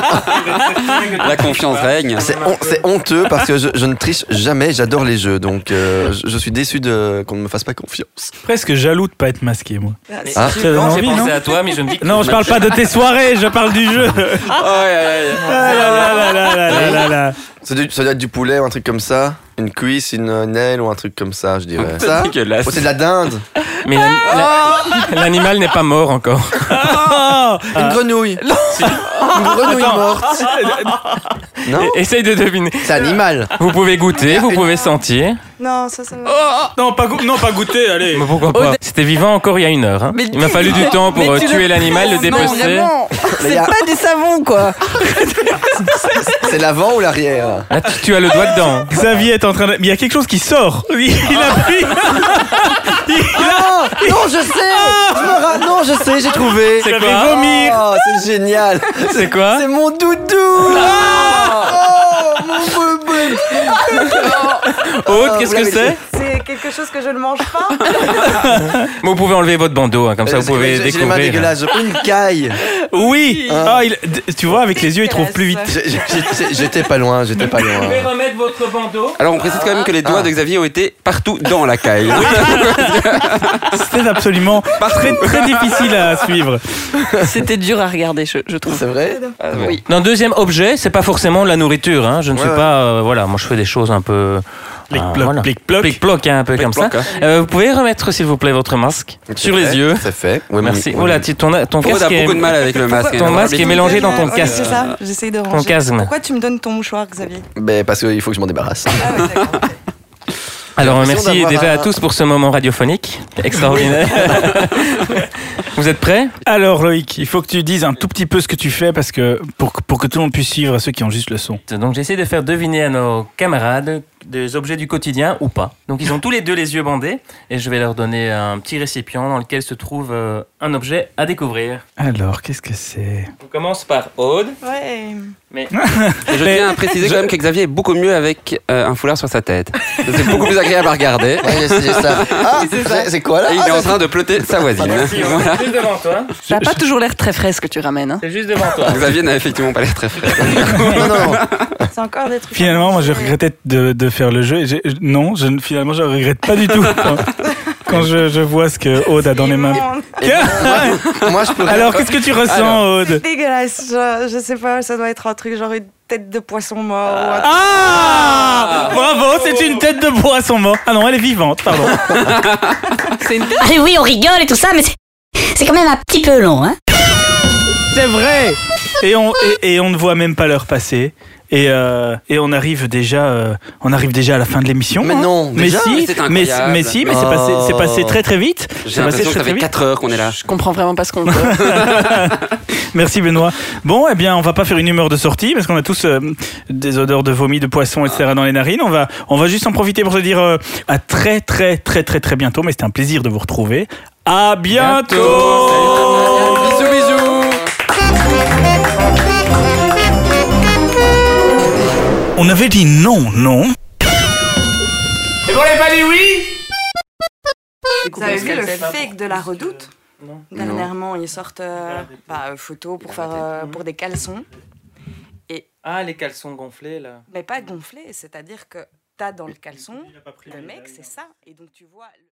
Speaker 3: La confiance règne.
Speaker 4: C'est hon- c'est honteux parce que je, je ne triche jamais, j'adore les jeux, donc euh, je, je suis déçu de qu'on ne me fasse pas confiance.
Speaker 1: Presque jaloux de pas être masqué, moi.
Speaker 4: Ah.
Speaker 1: Ça donne
Speaker 2: Non, j'ai
Speaker 1: envie, non
Speaker 2: pensé à toi, mais je me dis que
Speaker 1: Non, je parle pas de tes soirées, je parle du jeu.
Speaker 3: Oh, ouais, ouais, ouais.
Speaker 1: Ah là là là là là là là.
Speaker 4: Ça doit, ça doit être du poulet ou un truc comme ça, une cuisse, une, une aile ou un truc comme ça, je dirais. Ça
Speaker 3: Dégueulasse.
Speaker 4: Oh, c'est de la dinde
Speaker 2: Mais l'an- la- l'animal n'est pas mort encore.
Speaker 1: Oh
Speaker 4: Une grenouille Une grenouille morte Non
Speaker 2: Essaye de deviner.
Speaker 4: C'est animal
Speaker 2: Vous pouvez goûter, vous pouvez sentir.
Speaker 6: Non, ça, ça va.
Speaker 1: non pas, go- non, pas goûter, allez.
Speaker 2: Mais pourquoi pas C'était vivant encore il y a une heure. hein.
Speaker 5: Mais
Speaker 2: Il m'a fallu du temps pour
Speaker 5: Mais
Speaker 2: euh,
Speaker 5: tu le
Speaker 2: tuer l'animal, le
Speaker 5: Non,
Speaker 2: dépecer.
Speaker 5: vraiment.
Speaker 4: Mais y
Speaker 5: C'est
Speaker 4: a-
Speaker 5: pas du savon, quoi.
Speaker 4: C'est l'avant ou l'arrière
Speaker 2: Là, Ah, tu, tu as le doigt dedans.
Speaker 1: Xavier est en train de... Mais il y a quelque chose qui sort. Il il a pris... Il a,
Speaker 4: Ah Non, je sais Je me ra- Non, je sais, j'ai trouvé
Speaker 2: C'est
Speaker 4: Je
Speaker 2: quoi
Speaker 4: vais vomir Oh, c'est génial
Speaker 2: C'est quoi
Speaker 4: C'est mon doudou Oh, mon bébé
Speaker 2: Aude,
Speaker 4: Ah,
Speaker 2: qu'est-ce
Speaker 4: vous
Speaker 2: que
Speaker 4: l'avez
Speaker 2: c'est
Speaker 6: C'est quelque chose que je ne mange pas.
Speaker 2: Mais Vous pouvez enlever votre bandeau, hein, comme ça vous
Speaker 4: J'ai-
Speaker 2: pouvez
Speaker 4: J'ai j'ai les mains
Speaker 2: découvrir.
Speaker 4: dégueulasses, une caille
Speaker 1: Oui Ah, il- d- Tu vois, avec les yeux, il trouve plus vite.
Speaker 4: J'ai- j'ai- j'ai- J'étais pas loin, j'étais pas loin.
Speaker 2: remettre votre bandeau
Speaker 3: Alors on précise quand même que les doigts de Xavier ont été partout dans la caille.
Speaker 1: C'était absolument très, très difficile à suivre.
Speaker 5: C'était dur à regarder, je, je trouve.
Speaker 4: C'est vrai
Speaker 5: Oui.
Speaker 2: Dans deuxième objet, c'est pas forcément la nourriture. Hein. Je ne
Speaker 4: Ouais,
Speaker 2: suis
Speaker 4: ouais.
Speaker 2: pas. euh, voilà, moi je fais des choses un peu. euh,
Speaker 1: Plic-ploc,
Speaker 2: voilà.
Speaker 1: plic-ploc.
Speaker 2: Plic-ploc, hein, un peu comme ça.
Speaker 3: Plic-ploc,
Speaker 2: Euh, vous pouvez remettre, s'il vous plaît, votre masque sur les yeux.
Speaker 4: C'est fait. Oui,
Speaker 2: Merci.
Speaker 4: oui, oui.
Speaker 2: Oh là, tu- ton, ton
Speaker 3: Pourquoi
Speaker 2: casque.
Speaker 3: t'as
Speaker 2: est-
Speaker 3: beaucoup de mal avec le masque hein.
Speaker 2: ton
Speaker 6: Ah,
Speaker 2: masque est mélangé dans ton
Speaker 6: Ouais,
Speaker 2: casque.
Speaker 6: C'est ça, j'essaye de ranger.
Speaker 2: Ton casque.
Speaker 6: Pourquoi tu me donnes ton mouchoir, Xavier
Speaker 4: Ben, parce qu'il faut que je m'en débarrasse.
Speaker 6: Ah ouais, d'accord.
Speaker 2: Alors
Speaker 4: J'ai l'impression
Speaker 2: merci
Speaker 4: d'avoir
Speaker 2: déjà
Speaker 4: un-
Speaker 2: à tous pour ce moment radiophonique extraordinaire. vous êtes prêts
Speaker 1: Alors, Loïc, il faut que tu dises un tout petit peu ce que tu fais parce que, pour, que- pour que tout le monde puisse suivre à ceux qui ont juste le son.
Speaker 2: Donc j'essaie de faire deviner à nos camarades des objets du quotidien ou pas. Donc ils ont tous les deux les yeux bandés et je vais leur donner un petit récipient dans lequel se trouve euh, un objet à découvrir.
Speaker 1: Alors, qu'est-ce que c'est
Speaker 2: On commence par Aude.
Speaker 6: Ouais.
Speaker 3: Je tiens à préciser quand même que Xavier est beaucoup mieux avec euh, un foulard sur sa tête. C'est beaucoup plus agréable à regarder.
Speaker 4: Ouais, j'ai- j'ai ça. Ah, c'est- c'est quoi là
Speaker 3: Et il
Speaker 4: Ah, hein.
Speaker 3: est en train de ploter sa voisine. Voilà.
Speaker 2: juste devant toi.
Speaker 5: Ça n'a pas toujours l'air très frais ce que tu ramènes. hein.
Speaker 2: C'est juste devant toi.
Speaker 3: Xavier n'a effectivement pas l'air très frais.
Speaker 4: Non, non,
Speaker 6: C'est encore des trucs.
Speaker 1: Finalement, moi, je regrettais de, de faire le jeu. Et j'ai- non, je, ne- finalement, je regrette pas du tout quand, quand je, je vois ce que Aude a dans les mains.
Speaker 4: non. Moi, je pourrais.
Speaker 1: Alors, qu'est-ce que tu ressens, Aude
Speaker 6: Dégueulasse, je, je sais pas, ça doit être un truc genre une tête de poisson mort. ou un truc.
Speaker 1: Ah Bravo, c'est une tête de poisson mort. Ah non, elle est vivante, pardon.
Speaker 5: C'est une tête.
Speaker 7: Ah oui, on rigole et tout ça, mais c'est- c'est quand même un petit peu long, hein.
Speaker 1: C'est vrai et on, et, et on ne voit même pas l'heure passer. Et, euh, et on arrive déjà euh, on arrive déjà à la fin de l'émission.
Speaker 4: Mais
Speaker 1: hein.
Speaker 4: non,
Speaker 1: mais
Speaker 4: déjà,
Speaker 1: si,
Speaker 3: mais c'est
Speaker 1: mais,
Speaker 3: incroyable. Oh.
Speaker 1: mais si, mais c'est passé, c'est passé très très vite.
Speaker 3: Ah, J'ai
Speaker 1: C'est passé
Speaker 3: l'impression
Speaker 1: très
Speaker 3: que
Speaker 1: très
Speaker 3: ça fait
Speaker 1: vite.
Speaker 3: 4 heures qu'on est là.
Speaker 5: Je comprends vraiment pas ce qu'on veut.
Speaker 1: Merci Benoît. Bon, eh bien, on va pas faire une humeur de sortie parce qu'on a tous euh, des odeurs de vomi, de poisson, etc. dans les narines. On va, on va juste en profiter pour se dire euh, à très très très très très bientôt. Mais c'était un plaisir de vous retrouver. À bientôt.
Speaker 3: Bisous, bisous
Speaker 1: On avait dit non, non.
Speaker 6: Vous avez vu le fake de la redoute Dernièrement, ils sortent euh, bah, euh, photos pour, faire, euh,
Speaker 2: Mhm.
Speaker 6: pour des caleçons,
Speaker 2: Ah les caleçons gonflés là.
Speaker 6: mais pas gonflés, c'est-à-dire que t'as dans le caleçon, le mec, c'est ça, et donc tu vois.